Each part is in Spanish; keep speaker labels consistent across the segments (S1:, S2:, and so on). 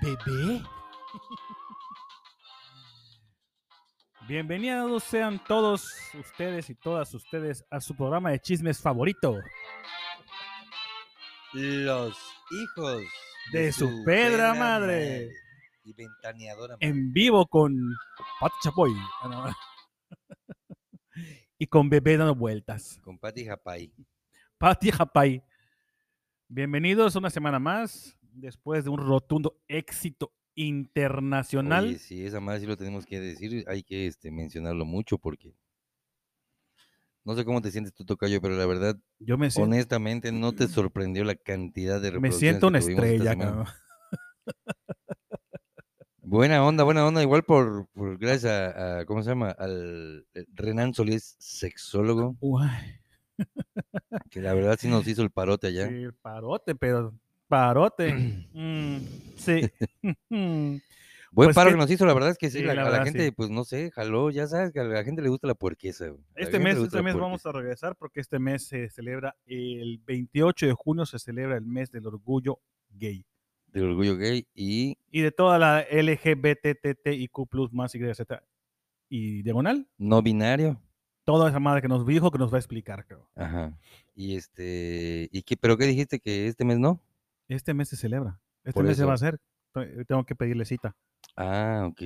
S1: bebé?
S2: Bienvenidos sean todos ustedes y todas ustedes a su programa de chismes favorito
S3: Los hijos
S2: de, su, pedra madre.
S3: Y ventaneadora madre.
S2: en vivo con Pati Chapoy Ah, no. y con Bebé dando vueltas.
S3: Con Pati Japay.
S2: Pati Japay. Bienvenidos una semana más después de un rotundo éxito internacional.
S3: Oye, sí, esa madre sí lo tenemos que decir. Hay que este, mencionarlo mucho porque. No sé cómo te sientes tú, Tocayo, pero la verdad,
S2: Yo me siento,
S3: honestamente, no te sorprendió la cantidad de
S2: Mm. me
S3: reproducciones.
S2: siento
S3: que
S2: una
S3: tuvimos esta
S2: estrella,
S3: semana.
S2: cabrón.
S3: Buena onda, buena onda. Igual por, por gracias a, a- ¿cómo se llama? Al eh, Renan Solís, sexólogo,
S2: Uy,
S3: que la verdad sí nos hizo el parote allá.
S2: sí, parote, pero parote. Mm, sí. Mm.
S3: Buen
S2: Pues
S3: paro
S2: que-
S3: que nos hizo, la verdad es que sí,
S2: sí,
S3: la,
S2: la
S3: a la
S2: verdad,
S3: gente,
S2: sí.
S3: pues no sé, jaló, ya sabes que a la gente le gusta la puerqueza. güey. A la
S2: Este
S3: gente le
S2: mes,
S3: gusta
S2: este
S3: la
S2: mes
S3: puerqueza.
S2: vamos a regresar porque este mes se celebra el 28 de junio, se celebra el mes del orgullo gay
S3: Del orgullo gay y
S2: y de toda la LGBTTIQ plus más Y, Z y diagonal.
S3: no binario.
S2: Toda esa madre que nos dijo que nos va a explicar, creo.
S3: Ajá. Y este, ¿y qué, pero qué dijiste que este mes no?
S2: Este mes se celebra. Este
S3: Por
S2: mes se va a
S3: eso.
S2: hacer. Te- Tengo que pedirle cita.
S3: Ah, ok.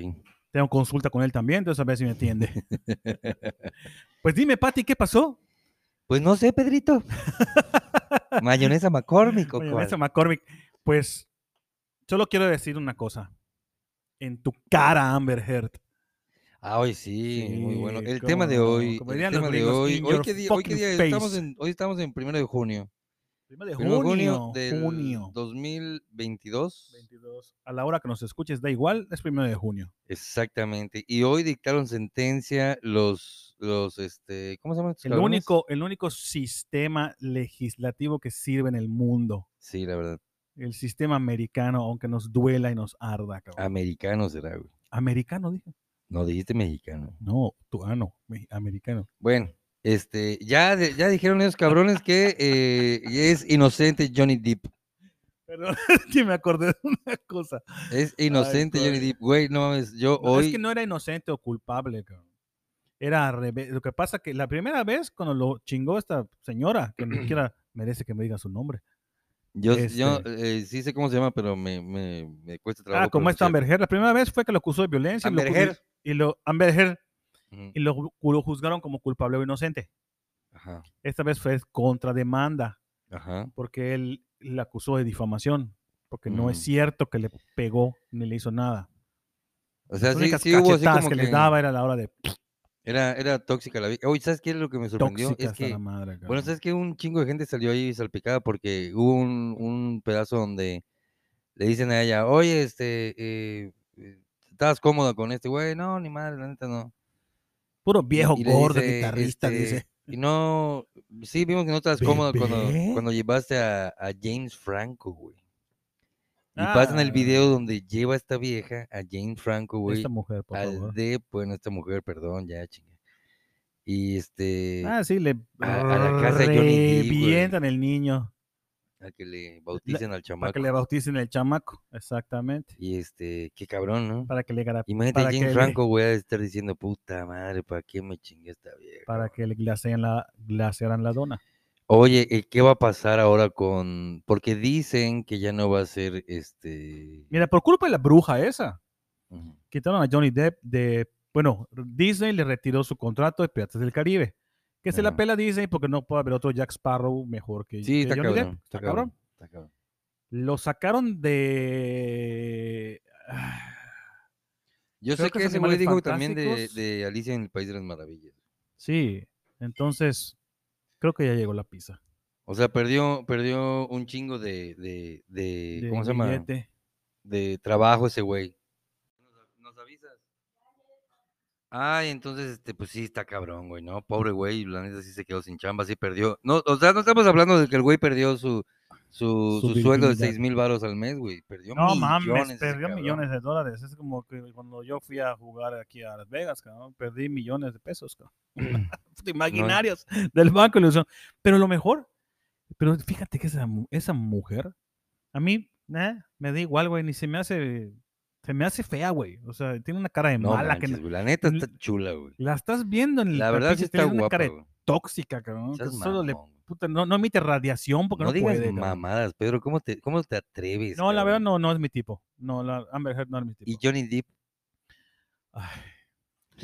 S2: Tengo consulta con él también, entonces a ver si me entiende. pues dime, Pati, ¿qué pasó?
S3: Pues no sé, Pedrito. Mayonesa McCormick. ¿o
S2: Oye,
S3: cuál?
S2: Vanessa McCormick, pues solo quiero decir una cosa. En tu cara, Amber Heard.
S3: Ah, hoy sí, muy bueno.
S2: Sí,
S3: El
S2: cómo
S3: tema de
S2: no,
S3: hoy,
S2: como
S3: el
S2: dirían los
S3: tema de
S2: gringos,
S3: hoy,
S2: in
S3: hoy
S2: your
S3: qué día, hoy qué
S2: fucking
S3: día estamos
S2: face.
S3: en, hoy estamos en primero de junio.
S2: Primero de
S3: Primero de junio
S2: junio.
S3: del
S2: junio.
S3: 2022.
S2: 22. A la hora que nos escuches, da igual, es primero de junio.
S3: Exactamente. Y hoy dictaron sentencia los, los, este, ¿cómo se llaman estos
S2: El
S3: cabrones?
S2: único, el único sistema legislativo que sirve en el mundo.
S3: Sí, la verdad.
S2: El sistema americano, aunque nos duela y nos arda. cabrón.
S3: Americano será, güey.
S2: Americano, dije.
S3: No, dijiste mexicano.
S2: No, tu, ah, no, me- americano.
S3: Bueno, este, ya, de- ya dijeron esos cabrones que eh, es inocente Johnny Depp.
S2: Perdón, es que me acordé de una cosa.
S3: Es inocente Johnny
S2: güey.
S3: Depp. Güey, no mames, yo
S2: No,
S3: hoy...
S2: Es que no era inocente o culpable, cabrón. Era al revés. Lo que pasa que la primera vez cuando lo chingó esta señora, que ni siquiera merece que me diga su nombre.
S3: Yo, s- yo
S2: Este.
S3: eh, sí sé cómo se llama, pero me, me, me cuesta trabajo.
S2: Ah, como esta
S3: pronunciar.
S2: Amber Heard. La primera vez fue que lo acusó de violencia. y lo
S3: Amber
S2: acu-
S3: Heard.
S2: Y lo, Amber Heard,
S3: Ujú,
S2: y lo, ju- lo juzgaron como culpable o inocente.
S3: Ajá,
S2: Esta vez fue contrademanda,
S3: ajá.
S2: porque él la acusó de difamación, porque no es
S3: Mm.
S2: cierto que le pegó ni le hizo nada.
S3: O sea,
S2: Las
S3: sí,
S2: únicas
S3: sí hubo así
S2: cachetadas
S3: como
S2: que,
S3: que,
S2: les daba era la hora de
S3: era, era tóxica la vida. Oye, ¿sabes qué es lo que me sorprendió?
S2: tóxica
S3: es
S2: hasta
S3: que,
S2: la madre.
S3: bueno,
S2: cabrón.
S3: ¿sabes que Un chingo de gente salió ahí salpicada porque hubo un, un pedazo donde le dicen a ella, oye, este, eh, eh, ¿estabas cómoda con este güey? No, ni madre, la neta no.
S2: Puro
S3: Y-
S2: viejo
S3: y le
S2: gordo,
S3: dice,
S2: guitarrista,
S3: este,
S2: dice.
S3: Y no, sí, vimos que no estabas cómodo
S2: Bebé.
S3: cuando, cuando llevaste a, a James Franco, güey. Y pasan el video donde lleva esta vieja a James Franco,
S2: Ah.
S3: güey,
S2: Esta mujer, por
S3: al
S2: favor.
S3: de, bueno, esta mujer, perdón, ya, chinga. Y este,
S2: Ah, sí, le
S3: a- a la casa de Johnny Depp, güey.
S2: revientan el niño
S3: a que le bauticen al
S2: para
S3: chamaco.
S2: que le bauticen el chamaco. Exactamente.
S3: Y este, qué cabrón, ¿no?
S2: Para que le gara-
S3: Imagínate
S2: para
S3: a
S2: que le-
S3: James Franco, güey, ha de estar diciendo, puta madre, ¿para qué me chingué esta vieja?
S2: para
S3: güey?".
S2: que le glasean la, glasearan la dona.
S3: Oye, eh, ¿qué va a pasar ahora con...? Porque dicen que ya no va a ser, este...
S2: Mira, por culpa de la bruja esa,
S3: ujú,
S2: quitaron a Johnny Depp de. Bueno, Disney le retiró su contrato de Piratas del Caribe. Que se la
S3: Ajá.
S2: pela Disney porque no puede haber otro Jack Sparrow mejor que,
S3: Ah. Sí,
S2: que
S3: está
S2: Johnny Depp.
S3: cabrón,
S2: Está cabrón.
S3: está cabrón.
S2: Lo sacaron de. ah,
S3: Yo
S2: Creo
S3: sé
S2: que
S3: que,
S2: esos
S3: ese güey dijo
S2: animales
S3: también de,
S2: fantásticos-
S3: de Alicia en el País de las Maravillas.
S2: Sí, entonces creo que ya llegó la pizza.
S3: O sea, perdió, perdió un chingo de, de, de-
S2: de
S3: ¿cómo se llama?
S2: billete.
S3: De trabajo ese güey. ¿Nos avisas? Ay, entonces, este, pues sí, está cabrón, güey, ¿no? Pobre güey, la neta sí se quedó sin chamba, sí perdió. No, o sea, no estamos hablando de que el güey perdió su, su,
S2: Su
S3: su sueldo de
S2: virginidad.
S3: 6 mil varos al mes, güey. Perdió
S2: No
S3: millones.
S2: mames,
S3: ese
S2: perdió
S3: cabrón.
S2: millones de dólares. Es como que cuando yo fui a jugar aquí a Las Vegas, cabrón, perdí millones de pesos, cabrón. imaginarios del banco de ilusión. Pero lo mejor, pero fíjate que esa, mu- esa mujer, a mí Nah, me da igual, güey, ni se me hace, se me hace fea, güey. O sea, tiene una cara de
S3: No,
S2: mala.
S3: manches,
S2: que
S3: güey, la neta
S2: L-
S3: está chula, güey.
S2: la estás viendo en el
S3: La verdad sí
S2: pinche
S3: está
S2: tele, una
S3: guapa,
S2: cara de
S3: güey.
S2: tóxica, cabrón. que
S3: Seas
S2: solo le,
S3: mamón, güey.
S2: puta, no, no emite radiación porque
S3: No,
S2: no,
S3: digas
S2: puede. cabrón.
S3: mamadas, Pedro, ¿cómo te, cómo te atreves?
S2: No, la verdad
S3: cabrón?
S2: no, no es mi tipo. No, la Amber Heard no es mi tipo.
S3: Y Johnny Depp,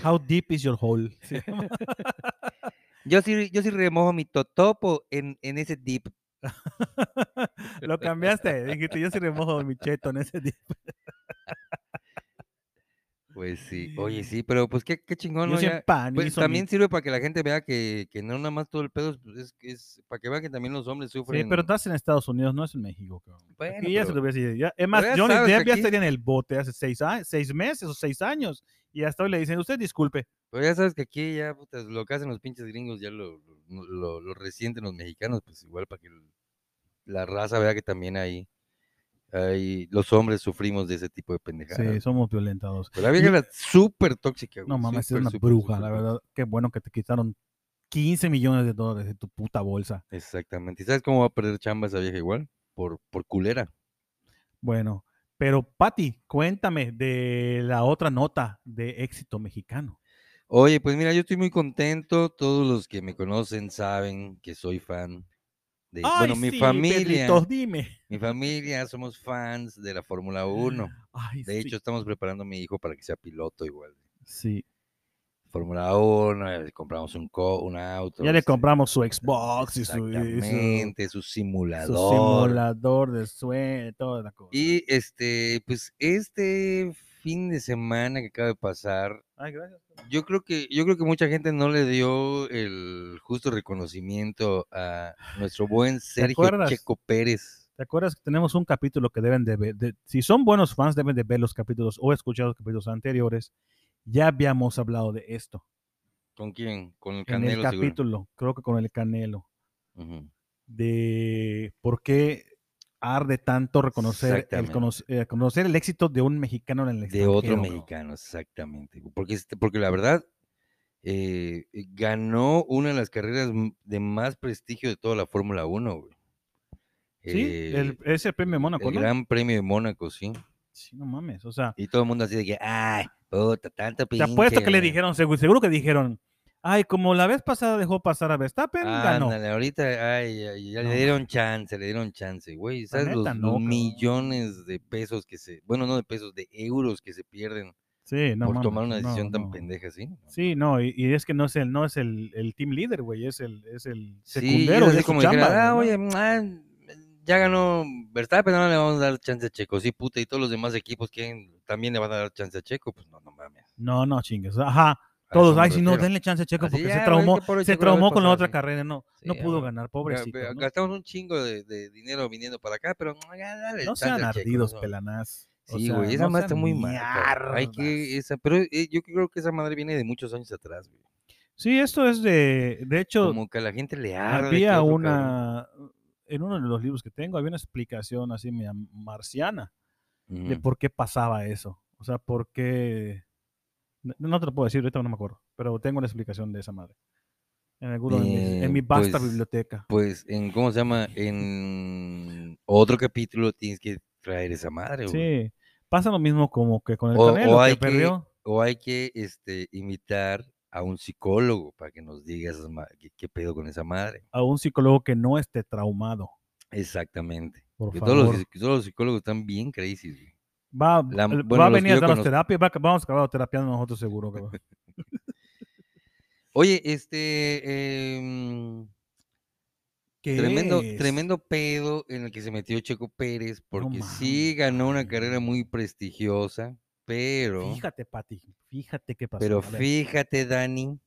S2: How deep is your hole? Sí.
S3: yo sí, yo sí remojo mi totopo en, en ese dip.
S2: Lo cambiaste. Dijiste, yo sí remojo mi cheto en ese día.
S3: Pues sí, oye, sí, pero pues qué, qué chingón,
S2: yo
S3: ¿no? Ya-
S2: siempre pan.
S3: Pues también sirve para que la gente vea que, que no nada más todo el pedo es, pues, es- es- para que vea que también los hombres sufren.
S2: Sí, pero estás en Estados Unidos, no es en México, cabrón.
S3: Bueno,
S2: y ya se
S3: pero-
S2: lo hubiese ido. ya- Es más,
S3: ya
S2: Johnny
S3: sabes que
S2: Depp ya
S3: aquí-
S2: estaría en el bote hace seis, a- seis meses o seis años. Y hasta hoy le dicen, usted disculpe.
S3: Pero ya sabes que aquí ya putas, lo que hacen los pinches gringos ya lo, lo, lo- lo resienten los mexicanos, pues igual para que el- la raza vea que también ahí, ahí los hombres sufrimos de ese tipo de pendejadas.
S2: Sí, somos violentados.
S3: Pero la vieja
S2: Y-
S3: era súper tóxica, güey,
S2: No mames, es
S3: súper,
S2: una
S3: súper,
S2: bruja, la
S3: súper
S2: verdad. Qué bueno que te quitaron 15 millones de dólares de tu puta bolsa.
S3: tóxica. Exactamente. ¿Y sabes cómo va a perder chamba esa vieja igual? Por, por culera.
S2: Bueno, pero Patti, cuéntame de la otra nota de éxito mexicano.
S3: Oye, pues mira, yo estoy muy contento. Todos los que me conocen saben que soy fan de. Eh, bueno,
S2: Ay,
S3: mi
S2: sí,
S3: familia.
S2: Pedrito, dime.
S3: Mi familia somos fans de la Fórmula 1.
S2: Ay,
S3: De
S2: Ah, sí.
S3: hecho, estamos preparando a mi hijo para que sea piloto igual.
S2: sí.
S3: Fórmula 1, eh, le compramos un, co un auto.
S2: Ya le
S3: este,
S2: compramos su Xbox y su, y su-
S3: Exactamente, su
S2: su
S3: simulador.
S2: simulador de sueño, toda la cosa.
S3: Y este, pues este fin de semana que acaba de pasar,
S2: Ay, gracias.
S3: yo creo que, yo creo que mucha gente no le dio el justo reconocimiento a nuestro buen Sergio
S2: acuerdas?
S3: Checo Pérez.
S2: ¿Te acuerdas que tenemos un capítulo que deben de ver? de- si son buenos fans, deben de ver los capítulos o escuchar los capítulos anteriores. Ya habíamos hablado de esto
S3: ¿Con quién? Con el
S2: en el
S3: Canelo, seguro.
S2: capítulo, creo que con el Canelo,
S3: Ujú.
S2: de por qué arde tanto reconocer el,
S3: Exactamente.
S2: conoc- eh, conocer el éxito de un mexicano en el
S3: De otro
S2: extranjero, cabrón.
S3: mexicano, exactamente. Porque, este- porque la verdad, eh, eh, ganó una de las carreras m- de más prestigio de toda la Fórmula 1, güey.
S2: Sí, el,
S3: Eh,
S2: ese premio Mónaco,
S3: el
S2: ¿no?
S3: Gran Premio de Mónaco, sí.
S2: Sí, no mames, o sea,
S3: Y todo el mundo así de que, ay, puta,
S2: Te
S3: tanto pinche.
S2: apuesto que le
S3: güey".
S2: dijeron, segu- seguro que dijeron, ay, como la vez pasada dejó pasar a Verstappen, ganó.
S3: Ándale, ahorita, ay, ay, ya
S2: No
S3: le dieron chance, le dieron chance, güey. ¿Sabes los,
S2: neta,
S3: los
S2: no, cabrón.
S3: millones de pesos que se, bueno, no de pesos, de euros que se pierden
S2: Sí, no
S3: por
S2: mames,
S3: tomar una decisión
S2: no,
S3: tan
S2: no.
S3: pendeja, ¿sí?
S2: Sí, no, y, y es que no es el, no es el, el team leader, güey, es el, es el
S3: Sí, y
S2: secundero,
S3: es
S2: güey,
S3: así
S2: es su
S3: como dijera,
S2: chamba,
S3: ah,
S2: güey,
S3: oye,
S2: ¿no?
S3: ah, ya ganó Verstappen, ahora le vamos a dar chance a Checo, sí, puta, y todos los demás equipos que también le van a dar chance a Checo, pues no, no mames. a
S2: No, no, chingues, ajá,
S3: eso
S2: todos,
S3: me
S2: ay, si no,
S3: refiero.
S2: denle chance a Checo
S3: Así,
S2: porque
S3: "Ah,
S2: se
S3: güey,
S2: traumó,
S3: que pobre
S2: se
S3: Checo la vez
S2: traumó con la
S3: pasada,
S2: otra
S3: sí".
S2: carrera, no, no
S3: Sí, a
S2: pudo
S3: huevo.
S2: ganar,
S3: Ga-
S2: pobrecito.
S3: ga-
S2: ¿no?
S3: Gastamos un chingo de, de dinero viniendo para acá, pero ah, ya dale
S2: No
S3: chance
S2: sean
S3: al Checo,
S2: ardidos,
S3: no.
S2: pelanás. o
S3: Sí,
S2: sea,
S3: güey, esa
S2: no
S3: madre está
S2: sean
S3: muy mal. cabrón. Hay que,
S2: mierdas.
S3: esa, pero eh, yo creo que esa madre viene de muchos años atrás, güey.
S2: Sí, esto es de, de hecho,
S3: Como que a la gente le arde. que
S2: había
S3: otro cabrón-
S2: una, en uno de los libros que tengo, había una explicación así media marciana de
S3: Ujú.
S2: por qué pasaba eso. O sea, por qué... No, no te lo puedo decir, ahorita no me acuerdo, pero tengo una explicación de esa madre. En, alguno de mis- en
S3: Eh,
S2: mi vasta
S3: pues,
S2: biblioteca.
S3: Pues en, ¿cómo se llama? En otro capítulo tienes que traer esa madre, pues, güey.
S2: Sí, pasa lo mismo como que con el
S3: O-
S2: Canelo,
S3: o
S2: que
S3: hay que-
S2: perdió.
S3: O hay que este, imitar a un psicólogo para que nos diga esas ma- qué, qué pedo con esa madre.
S2: a un psicólogo que no esté traumado.
S3: Exactamente.
S2: Por
S3: Porque
S2: favor.
S3: todos los, psi- todos los psicólogos están bien crazy, güey.
S2: va,
S3: la-
S2: el-
S3: bueno,
S2: va a
S3: los que
S2: venir a
S3: yo
S2: darnos
S3: conozco.
S2: terapia, va- vamos a acabar terapiando nosotros seguro. cabrón.
S3: Oye, este em,
S2: ¿Qué
S3: tremendo,
S2: es?
S3: tremendo pedo en el que se metió Checo Pérez, porque sí
S2: mames,
S3: ganó una carrera muy
S2: güey.
S3: prestigiosa, pero.
S2: Fíjate, Pati, fíjate qué pasó.
S3: Pero
S2: a ver.
S3: fíjate, Dani,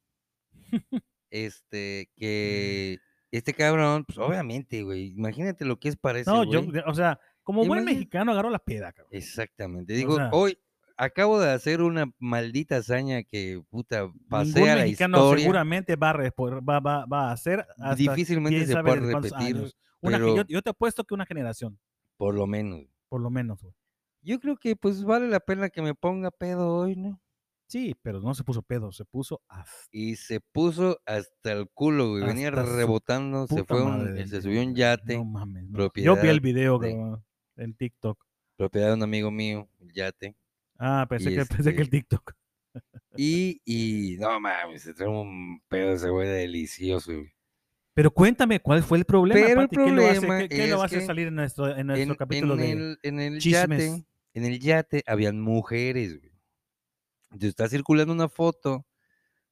S3: este,
S2: Mm.
S3: que este cabrón, pues obviamente, güey, imagínate lo que es para ese
S2: No, yo,
S3: güey.
S2: de- o sea, como buen
S3: Imagínate.
S2: mexicano agarró la peda,
S3: Eh,
S2: cabrón.
S3: Exactamente, digo,
S2: sea,
S3: hoy acabo de hacer una maldita hazaña que, puta, pasé a
S2: Ningún
S3: la
S2: mexicano
S3: historia.
S2: seguramente va a, repo- va, va- va a hacer hasta
S3: Difícilmente
S2: quién
S3: se
S2: sabe
S3: puede
S2: de cuántos
S3: repetir,
S2: años. Una ge- yo,
S3: pero-
S2: yo te apuesto que una generación,
S3: Por lo menos.
S2: por lo menos. güey.
S3: Yo creo que, pues, vale la pena que me ponga pedo hoy, ¿no?
S2: Sí, pero no se puso pedo, se puso hasta...
S3: Y se puso hasta el culo, güey. Venía
S2: Hasta su
S3: rebotando, se
S2: puta
S3: fue, a un-
S2: madre del
S3: se
S2: día,
S3: subió a un
S2: güey.
S3: yate.
S2: No mames, no. Yo vi el
S3: propiedad
S2: video,
S3: de-
S2: cabrón. en TikTok.
S3: Propiedad de un amigo mío, el yate.
S2: Ah, pensé,
S3: Y
S2: que, pensé que el
S3: este-
S2: TikTok.
S3: Y, y, no mames, se trae un pedo ese güey delicioso, güey.
S2: Pero cuéntame, ¿cuál fue el problema?
S3: Pero el
S2: Pati? ¿Qué lo hace,
S3: problema
S2: qué- qué lo
S3: es
S2: hace
S3: que
S2: salir en nuestro, en nuestro
S3: En,
S2: capítulo
S3: en
S2: de
S3: el, en el
S2: chismes?
S3: yate, en el yate habían mujeres, güey. Entonces, está circulando una foto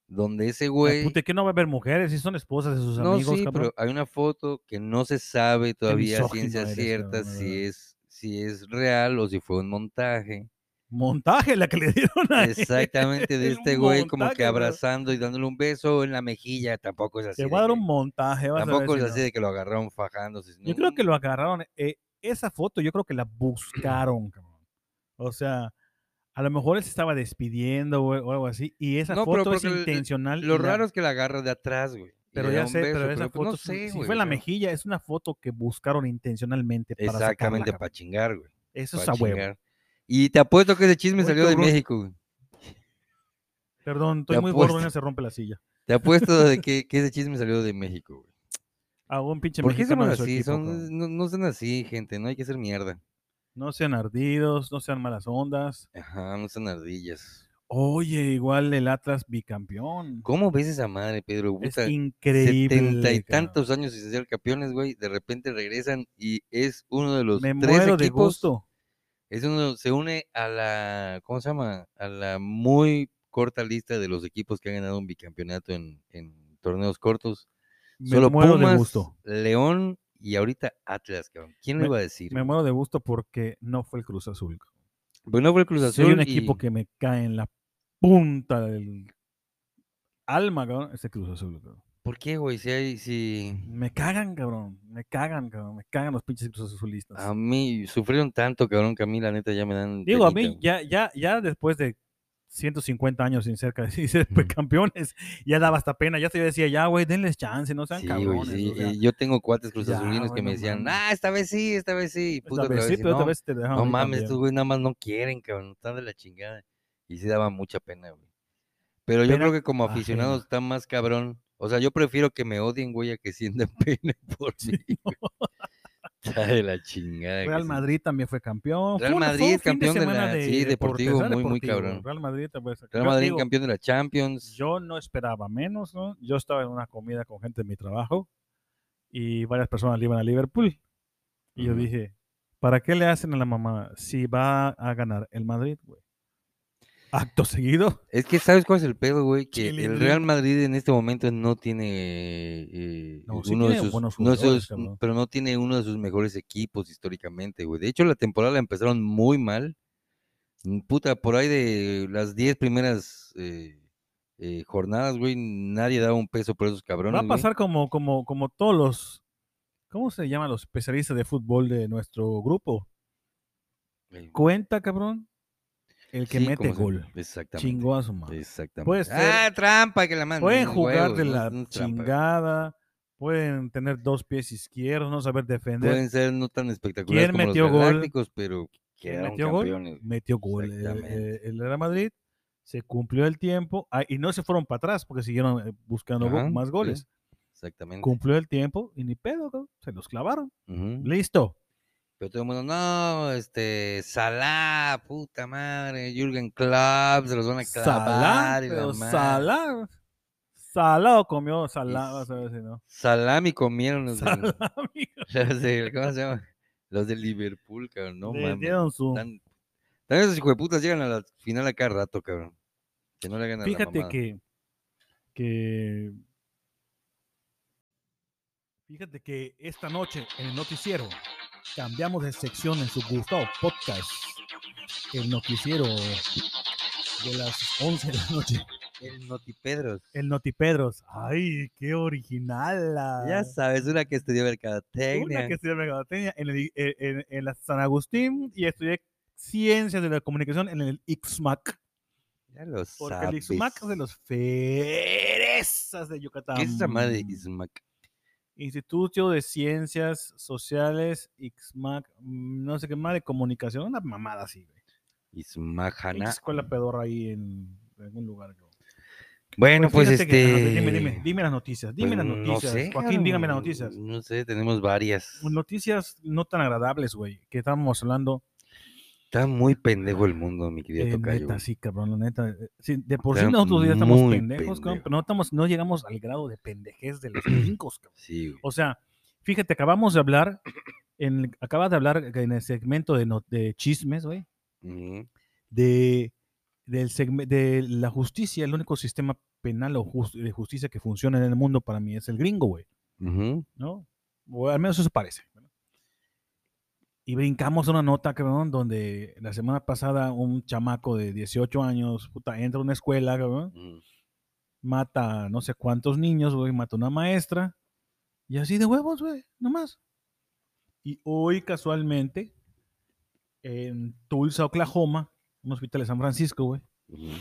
S3: donde ese
S2: Ay,
S3: güey.
S2: puta, ¿qué no va a haber mujeres? Si son esposas de sus
S3: No,
S2: amigos,
S3: sí,
S2: cabrón.
S3: pero hay una foto que no se sabe todavía a
S2: misógino
S3: ciencia
S2: eres,
S3: cierta
S2: cabrón, la
S3: si
S2: verdad.
S3: es, si es real o si fue un montaje.
S2: Montaje la que le dieron a él.
S3: Exactamente de
S2: Es un
S3: este güey como
S2: montaje,
S3: que
S2: bro.
S3: abrazando y dándole un beso en la mejilla, tampoco es así.
S2: Te
S3: de
S2: voy a dar
S3: que-
S2: un montaje. vas a ver
S3: tampoco
S2: si
S3: es
S2: no.
S3: así de que lo agarraron fajándose. sino
S2: Yo creo que
S3: un-
S2: lo agarraron. eh, esa foto yo creo que la buscaron, cabrón. O sea, a lo mejor él se estaba despidiendo o, o algo así. Y esa
S3: No, pero
S2: foto es
S3: porque el-
S2: intencional.
S3: Lo
S2: y la-
S3: raro es que la agarra de atrás, güey. y
S2: Pero
S3: le da
S2: ya
S3: un
S2: sé,
S3: beso,
S2: pero esa
S3: pues
S2: foto,
S3: no
S2: si-
S3: sé,
S2: si
S3: güey,
S2: fue en la
S3: yo-
S2: mejilla, es una foto que buscaron intencionalmente. para sacarla,
S3: Exactamente,
S2: cabrón.
S3: para chingar, güey.
S2: Eso es
S3: pa'
S2: a huevo.
S3: chingar. Y te apuesto que ese chisme
S2: Uy,
S3: salió de
S2: cabrón.
S3: México, güey.
S2: Perdón,
S3: Te
S2: estoy muy
S3: apuesto.
S2: gordo, se rompe la silla.
S3: Te apuesto de que, que ese chisme salió de México, güey.
S2: A un pinche
S3: ¿Por qué
S2: mexicano
S3: somos
S2: de su
S3: así?
S2: equipo,
S3: Son-
S2: cabrón.
S3: no, no sean así, gente. No hay que ser mierda.
S2: No sean ardidos, no sean malas ondas.
S3: Ajá, no sean ardillas.
S2: Oye, igual el Atlas bicampeón.
S3: ¿Cómo ves esa madre, Pedro?
S2: Es
S3: Puta,
S2: increíble.
S3: Setenta y
S2: cabrón.
S3: tantos años sin ser campeones, güey. De repente regresan y es uno de los
S2: Me
S3: tres
S2: muero de
S3: equipos.
S2: gusto.
S3: Es uno, se une a la, ¿cómo se llama? A la muy corta lista de los equipos que han ganado un bicampeonato en, en torneos cortos.
S2: Me
S3: Solo
S2: muero
S3: Pumas,
S2: de gusto.
S3: León y ahorita Atlas, cabrón. ¿Quién lo
S2: Me-
S3: iba a decir?
S2: Me
S3: güey?
S2: muero de gusto porque no fue el Cruz Azul. cabrón.
S3: Bueno, fue el Cruz Azul.
S2: Soy un equipo
S3: y-
S2: que me cae en la punta del alma, cabrón. Ese Cruz Azul, cabrón.
S3: ¿Por qué, güey? Si hay, si
S2: Me cagan, cabrón. Me cagan, cabrón. Me cagan los pinches Cruz Azulistas.
S3: a mí sufrieron tanto, cabrón, que a mí la neta ya me dan.
S2: Digo, a
S3: penita,
S2: mí
S3: güey.
S2: ya, ya, ya después de 150 años sin ser, ca- sin ser pues,
S3: Ujú.
S2: campeones, ya daba hasta pena. Ya se yo decía, ya, güey, denles chance, no sean
S3: Sí, güey,
S2: cabrones.
S3: sí,
S2: o sea,
S3: eh, yo tengo cuates
S2: ya,
S3: cruzazulinos
S2: güey,
S3: que me
S2: no
S3: decían,
S2: mames.
S3: ah, esta vez sí, esta vez sí. y
S2: esta
S3: puta, otra
S2: vez sí,
S3: vez, y
S2: pero otra
S3: no,
S2: vez te dejaron
S3: no
S2: ir
S3: mames,
S2: también.
S3: estos güey nada más no quieren, cabrón, están de la chingada. Y sí daba mucha pena, güey. Pero yo
S2: Pena
S3: creo que como
S2: ajena.
S3: aficionado está más cabrón. O sea, yo prefiero que me odien, güey, a que sientan pena por
S2: Sí,
S3: mí. güey. Está de la chingada. que
S2: Real
S3: sí.
S2: Madrid también fue campeón.
S3: Real
S2: Fue una- fue
S3: Madrid,
S2: un fin
S3: campeón de
S2: semana
S3: la- sí, deportivo,
S2: era
S3: muy, muy cabrón.
S2: Real Madrid también fue-
S3: Real
S2: yo
S3: Madrid
S2: digo,
S3: campeón de la Champions.
S2: Yo no esperaba menos, ¿no? Yo estaba en una comida con gente de mi trabajo y varias personas le iban a Liverpool. Y yo
S3: Ujú.
S2: dije, ¿para qué le hacen a la mamá si va a ganar el Madrid, güey? Acto seguido,
S3: Es que, ¿sabes cuál es el pedo, güey? Que el
S2: Chilindrín.
S3: Real Madrid en este momento no tiene eh,
S2: No,
S3: eh,
S2: sí
S3: uno de
S2: tiene
S3: sus,
S2: buenos
S3: no de
S2: jugadores,
S3: sus-
S2: cabrón.
S3: pero no tiene uno de sus mejores equipos históricamente, güey. De hecho, la temporada la empezaron muy mal. Mm, Puta, por ahí de las 10 primeras eh, eh, jornadas, güey, nadie daba un peso por esos
S2: va
S3: cabrones,
S2: a
S3: güey.
S2: pasar como, como, como todos los, ¿cómo se llaman los especialistas de fútbol de nuestro grupo?
S3: Eh,
S2: Cuenta, cabrón, el que
S3: sí,
S2: mete
S3: como se-
S2: gol.
S3: Exactamente.
S2: Chingó a su madre.
S3: Exactamente.
S2: Puede ser-
S3: Ah, trampa que la mano.
S2: Pueden jugar de la
S3: chingada.
S2: chingada, pueden tener dos pies izquierdos, no saber defender.
S3: Pueden ser no tan espectaculares
S2: ¿Quién
S3: como los
S2: metió gol?
S3: galácticos, pero quedaron
S2: metió gol?
S3: campeones.
S2: metió gol el- el,
S3: Exactamente.
S2: el Real Madrid, se cumplió el tiempo ah, y no se fueron para atrás porque siguieron eh, buscando go-
S3: Ajá,
S2: más
S3: sí,
S2: goles.
S3: Exactamente.
S2: Cumplió el tiempo y ni pedo, cabrón, se los clavaron.
S3: Ujú.
S2: Listo.
S3: Pero todo el mundo, no, este, Salah, puta madre, Jürgen Klopp, se los van a
S2: Salah,
S3: clavar. y la
S2: pero
S3: madre.
S2: Salah. Salah o comió Salah,
S3: Y
S2: vas a ver si no.
S3: Salami comieron los, de-
S2: Salah, amigo.
S3: los de, ¿cómo se llama? Los de Liverpool, cabrón, no
S2: Le
S3: mames.
S2: dieron su...
S3: Tan- También esos hijueputas llegan a la final a cada rato, cabrón. Que no le hagan a la
S2: Fíjate
S3: mamada.
S2: que, que. Fíjate que esta noche en el noticiero cambiamos de sección en su Gustavo Podcast. El noticiero de las 11 de la noche.
S3: El Notipedros.
S2: El Notipedros. Ay, qué original. la-
S3: Ya sabes, una que estudió mercadotecnia.
S2: Ah. Una que estudié mercadotecnia en, el, en, en- en la San Agustín y estudié ciencias de la comunicación en el IXMAC.
S3: Ya lo
S2: Porque el
S3: sabes.
S2: IXMAC es de los federesas de Yucatán.
S3: ¿Qué es esa madre de Ismac?
S2: Instituto de Ciencias Sociales, IXMAC, mm, no sé qué más, de comunicación, una mamada así, güey. Pinche
S3: Ismajana.
S2: escuela pedorra ahí en algún lugar. creo.
S3: Bueno, pues,
S2: fíjate que-
S3: este.
S2: ajá, Dime, dime, dime las noticias, dime las
S3: pues, no
S2: noticias.
S3: sé,
S2: Joaquín, dígame las
S3: cabrón,
S2: noticias.
S3: No sé, tenemos varias.
S2: Noticias no tan agradables, güey, que estábamos hablando.
S3: Está muy pendejo el mundo, mi querido
S2: Eh,
S3: Tocayo.
S2: neta, sí, cabrón, la neta. eh, sí, de por sí
S3: Está
S2: nosotros ya estamos
S3: muy
S2: pendejos, cabrón,
S3: pendejo.
S2: pero no, estamos, no llegamos al grado de pendejez de los brincos, cabrón.
S3: Sí, güey.
S2: O sea, fíjate, acabamos de hablar, en, el- acabas de hablar en el segmento de, no- de chismes, güey,
S3: Ujú.
S2: de, del segme- de la justicia, el único sistema penal o jus- de justicia que funciona en el mundo para mí es el gringo, güey,
S3: Ujú.
S2: ¿no? O al menos eso parece. ¿no? Y brincamos a una nota, cabrón, donde la semana pasada un chamaco de 18 años, puta, entra a una escuela, cabrón,
S3: Ujú.
S2: mata a no sé cuántos niños, güey, mata a una maestra. Y así de huevos, güey, nomás. Y hoy casualmente, en Tulsa, Oklahoma, un hospital de San Francisco, güey,
S3: Ujú.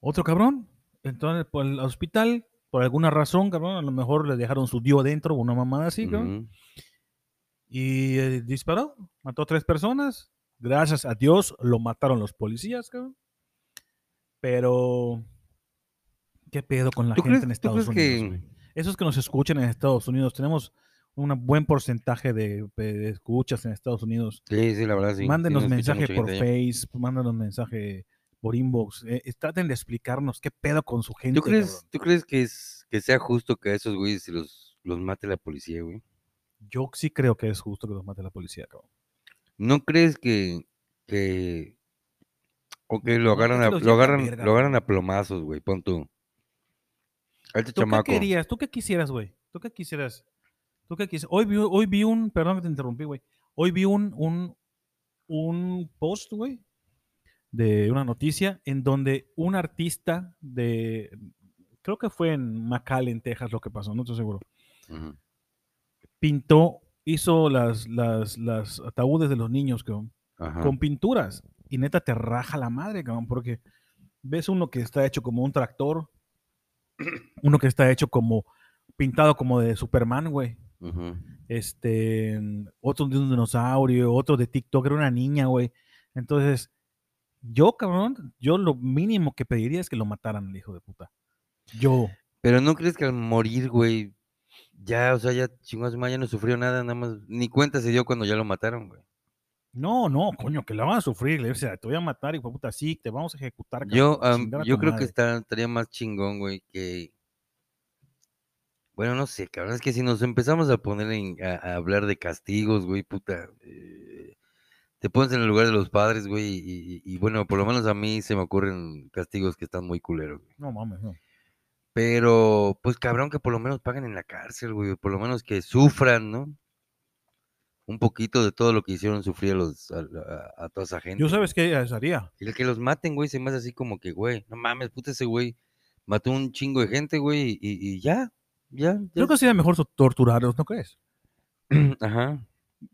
S2: otro cabrón. Entonces, por el hospital, por alguna razón, cabrón, a lo mejor le dejaron su dio adentro, una mamada así, cabrón.
S3: Ujú.
S2: Y eh, disparó, mató a tres personas. Gracias a Dios lo mataron los policías, cabrón. Pero, ¿qué pedo con la
S3: ¿Tú
S2: gente
S3: crees,
S2: en
S3: tú
S2: Estados
S3: crees
S2: Unidos? güey?
S3: que.?
S2: Esos que nos escuchan en Estados Unidos, tenemos un buen porcentaje de, de escuchas en Estados Unidos.
S3: Sí, sí, la verdad, sí. sí,
S2: mándenos
S3: nos escucha
S2: mensaje
S3: mucha
S2: por
S3: gente allá.
S2: Face, mándanos mensaje por inbox. eh, eh, traten de explicarnos qué pedo con su gente.
S3: ¿Tú crees,
S2: cabrón.
S3: ¿Tú crees que, es, que sea justo que a esos güeyes se los, los mate la policía, güey?
S2: Yo sí creo que es justo que los mate la policía, cabrón.
S3: ¿No crees que, que o que lo
S2: No, es
S3: agarran,
S2: que
S3: a,
S2: los
S3: lo
S2: lleva la
S3: agarran,
S2: verga,
S3: lo agarran
S2: güey.
S3: a plomazos, güey? Pon tú. A este
S2: ¿Tú
S3: chamaco.
S2: qué querías? ¿Tú qué quisieras, güey? ¿Tú qué quisieras? ¿Tú qué quisieras? Hoy vi, hoy vi un, perdón que te interrumpí, güey. Hoy vi un, un, un post, güey, de una noticia en donde un artista de, creo que fue en McAllen, Texas, lo que pasó, no estoy seguro,
S3: Ujú.
S2: pintó, hizo las, las, las ataúdes de los niños, cabrón,
S3: Ajá.
S2: con pinturas. Y neta te raja la madre, cabrón, porque ves uno que está hecho como un tractor, uno que está hecho como pintado como de Superman, güey.
S3: Ujú.
S2: Este, otro de un dinosaurio, otro de TikTok, era una niña, güey. Entonces, yo, cabrón, yo lo mínimo que pediría es que lo mataran, el hijo de puta. Yo,
S3: Pero ¿no crees que al morir, güey, ya, o sea, ya chingó a su madre, ya no sufrió nada, nada más, ni cuenta se dio cuando ya lo mataron, güey.
S2: no, no, coño, que la van a sufrir, le- o sea, te voy a matar, hijo de puta, sí, te vamos a ejecutar, cabrón,
S3: Yo,
S2: a
S3: am,
S2: chingar a
S3: yo
S2: tu
S3: creo que
S2: madre.
S3: está- estaría más chingón, güey, que... Bueno, no sé, cabrón, es que si nos empezamos a poner en- a, a hablar de castigos, güey, puta... eh, te pones en el lugar de los padres, güey, y, y- y, bueno, por lo menos a mí se me ocurren castigos que están muy culeros, güey.
S2: No mames, no.
S3: Pero, pues cabrón, que por lo menos paguen en la cárcel, güey, por lo menos que sufran, ¿no? Un poquito de todo lo que hicieron sufrir a, los, a, a- a toda esa gente.
S2: Yo sabes qué haría.
S3: El que los maten, güey, se me hace así como que, güey, no mames, puta ese güey. Mató un chingo de gente, güey, y, y ya, ya.
S2: Yo creo que
S3: ya.
S2: sería mejor so- torturarlos, ¿no crees?
S3: Ajá.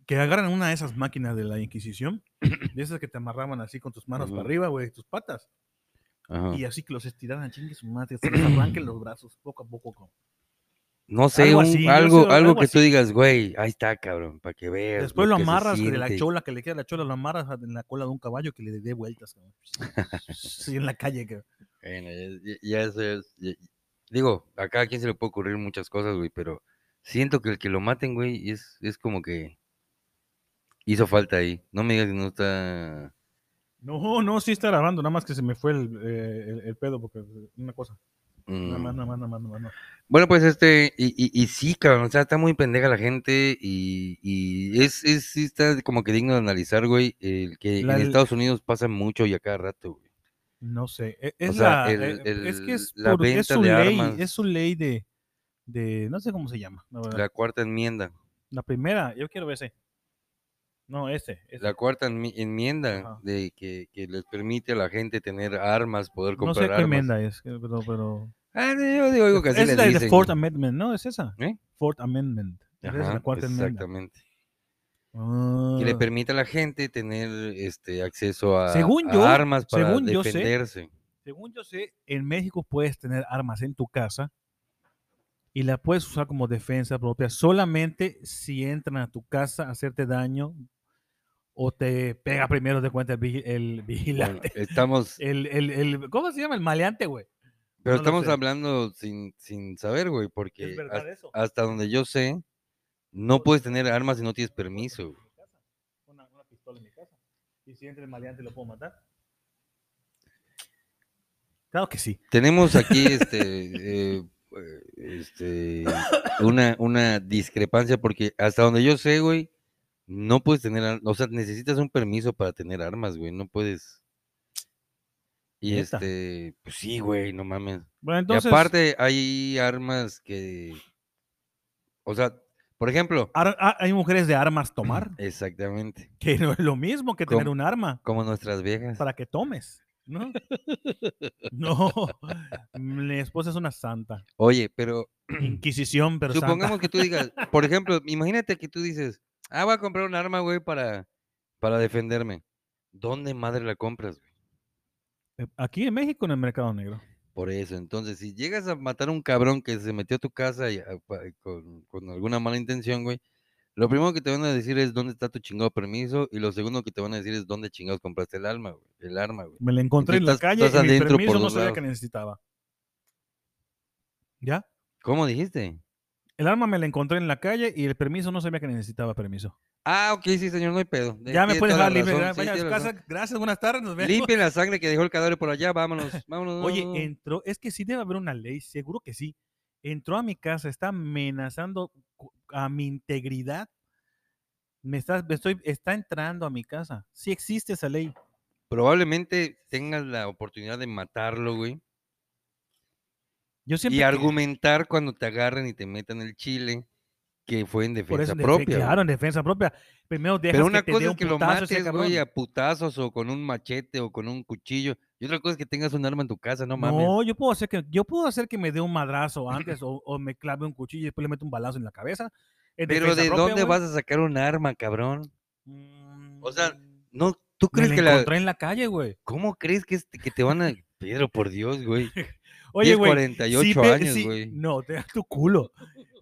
S2: que agarran una de esas máquinas de la Inquisición, de esas que te amarraban así con tus manos
S3: Ujú. Ah.
S2: para arriba, güey, tus patas,
S3: ajá.
S2: y así que los estiraran, chingue su madre, se les arranquen los brazos poco a poco. cabrón.
S3: No sé,
S2: algo
S3: un-
S2: así, yo
S3: algo,
S2: sé,
S3: algo
S2: algo
S3: que tú
S2: así.
S3: digas, güey, ahí está, cabrón, para que veas.
S2: Después lo
S3: que se
S2: amarras de la
S3: siente".
S2: chola, que le queda la chola, lo amarras en la cola de un caballo que le dé vueltas, cabrón. Sí, en la calle, cabrón.
S3: Bueno, ya, ya- ya eso es. ya- digo, acá a quien se le puede ocurrir muchas cosas, güey, pero siento que el que lo maten, güey, es, es como que hizo falta ahí. No me digas que no está.
S2: No, no, sí está grabando, nada más que se me fue el, eh, el- el pedo, porque eh, una cosa, nada
S3: mm,
S2: más, nada más, nada más, nada más. no.
S3: Bueno, pues este, y, y, y sí, cabrón, o sea, está muy pendeja la gente y, y es, es, sí está como que digno de analizar, güey, el que
S2: La-
S3: en Estados Unidos pasa mucho y a cada rato, güey.
S2: No sé, e- es,
S3: sea,
S2: la,
S3: el-
S2: eh, es que es,
S3: el- la
S2: por- es
S3: venta
S2: su
S3: de
S2: ley,
S3: armas.
S2: es su ley de, de, no sé cómo se llama, la verdad.
S3: La cuarta enmienda,
S2: La primera, yo quiero ver ese. No, ese. ese.
S3: la cuarta enmi- enmienda
S2: Ajá.
S3: de que, que les permite a la gente tener armas, poder
S2: no sé
S3: comprar
S2: qué
S3: armas.
S2: enmienda es, que- pero. pero...
S3: Ah, no, yo digo, digo que así
S2: es
S3: le
S2: la de
S3: dicen.
S2: Fourth Amendment, ¿no? Es esa.
S3: ¿Eh?
S2: Fourth Amendment. Esa es la
S3: Ajá,
S2: cuarta enmienda.
S3: Exactamente. Que le
S2: Ah,
S3: permite a la gente tener este acceso a,
S2: Según
S3: a
S2: yo-
S3: armas para
S2: según yo sé,
S3: defenderse.
S2: Según yo sé, en México puedes tener armas en tu casa y las puedes usar como defensa propia solamente si entran a tu casa a hacerte daño o te pega primero de cuenta el, vigi- el
S3: Bueno,
S2: vigilante.
S3: estamos
S2: El, el, el- ¿Cómo se llama? El maleante, güey. no
S3: Pero
S2: lo
S3: estamos
S2: sé.
S3: hablando sin, sin saber, güey, porque
S2: ¿Es
S3: has-
S2: verdad ¿eh? eso?
S3: hasta donde yo sé, no puedes tener armas si no tienes permiso. güey.
S2: Una, una pistola en mi casa. Y si entra el maleante lo puedo matar. Claro que sí.
S3: Tenemos aquí este, eh, eh, este, una, una discrepancia porque hasta donde yo sé, güey, no puedes tener, ar- o sea, necesitas un permiso para tener armas, güey, no puedes. Y
S2: Neta.
S3: este, pues sí, güey, no mames.
S2: Bueno, entonces.
S3: y aparte hay armas que, o sea, por ejemplo,
S2: ar- ah, hay mujeres de armas tomar,
S3: exactamente,
S2: que no es lo mismo que tener
S3: ¿Cómo?
S2: un arma
S3: como nuestras viejas.
S2: para que tomes. No, no. Mi esposa es una santa.
S3: Oye, pero
S2: Inquisición, pero santa.
S3: Supongamos que tú digas, por ejemplo, imagínate que tú dices, ah, voy a comprar un arma, güey, para, para defenderme. ¿Dónde madre la compras, güey?
S2: Eh, Aquí en México, en el mercado negro.
S3: Por eso, entonces, si llegas a matar a un cabrón que se metió a tu casa y, a- pa- y con, con alguna mala intención, güey, lo primero que te van a decir es dónde está tu chingado permiso y lo segundo que te van a decir es dónde chingados compraste el arma, güey. El arma, güey.
S2: Me la encontré en la
S3: Estás-
S2: calle
S3: estás
S2: y mi
S3: adentro por
S2: permiso no
S3: dos
S2: sabía
S3: lados.
S2: que necesitaba. ¿Ya?
S3: ¿Cómo dijiste?
S2: El arma me la encontré en la calle y el permiso no sabía que necesitaba permiso.
S3: Ah, ok, sí, señor, no hay pedo. de-
S2: Ya me
S3: tiene
S2: puedes
S3: toda
S2: dejar
S3: la
S2: libre.
S3: razón,
S2: gra-
S3: Eh, sí,
S2: Vaya a su
S3: tiene
S2: casa.
S3: razón.
S2: Gracias, buenas tardes. Nos vemos.
S3: Limpien la sangre que dejó el cadáver por allá, vámonos, vámonos. vámonos,
S2: Oye,
S3: vámonos.
S2: entró, es que sí debe haber una ley, seguro que sí. Entró a mi casa, está amenazando cu- a mi integridad. Me está, me estoy, está entrando a mi casa. Sí existe esa ley.
S3: probablemente tengas la oportunidad de matarlo, güey.
S2: Yo siempre
S3: Y
S2: que-
S3: argumentar cuando te agarren y te metan el chile que fue en
S2: por
S3: defensa
S2: eso en defe-
S3: propia. güey.
S2: Claro, en defensa propia. Primero dejas
S3: Pero una
S2: que te dé
S3: cosa es
S2: un
S3: que lo
S2: putazo ese
S3: mates, güey,
S2: cabrón.
S3: a putazos o con un machete o con un cuchillo. Y otra cosa es que tengas un arma en tu casa, no mames.
S2: No, yo puedo hacer que yo puedo hacer que me dé un madrazo antes o, o me clave un cuchillo y después le meto un balazo en la cabeza. en
S3: Pero
S2: defensa
S3: ¿de
S2: propia,
S3: dónde
S2: güey.
S3: vas a sacar un arma, cabrón? O sea,
S2: Mm,
S3: No, ¿tú
S2: me
S3: crees
S2: la
S3: que la...
S2: encontré en la calle, güey.
S3: ¿Cómo crees que, este- que te van a... Pedro, por Dios, güey.
S2: Oye,
S3: Oye,
S2: güey.
S3: 48
S2: si pe-
S3: años,
S2: si-
S3: güey.
S2: No, te da tu culo.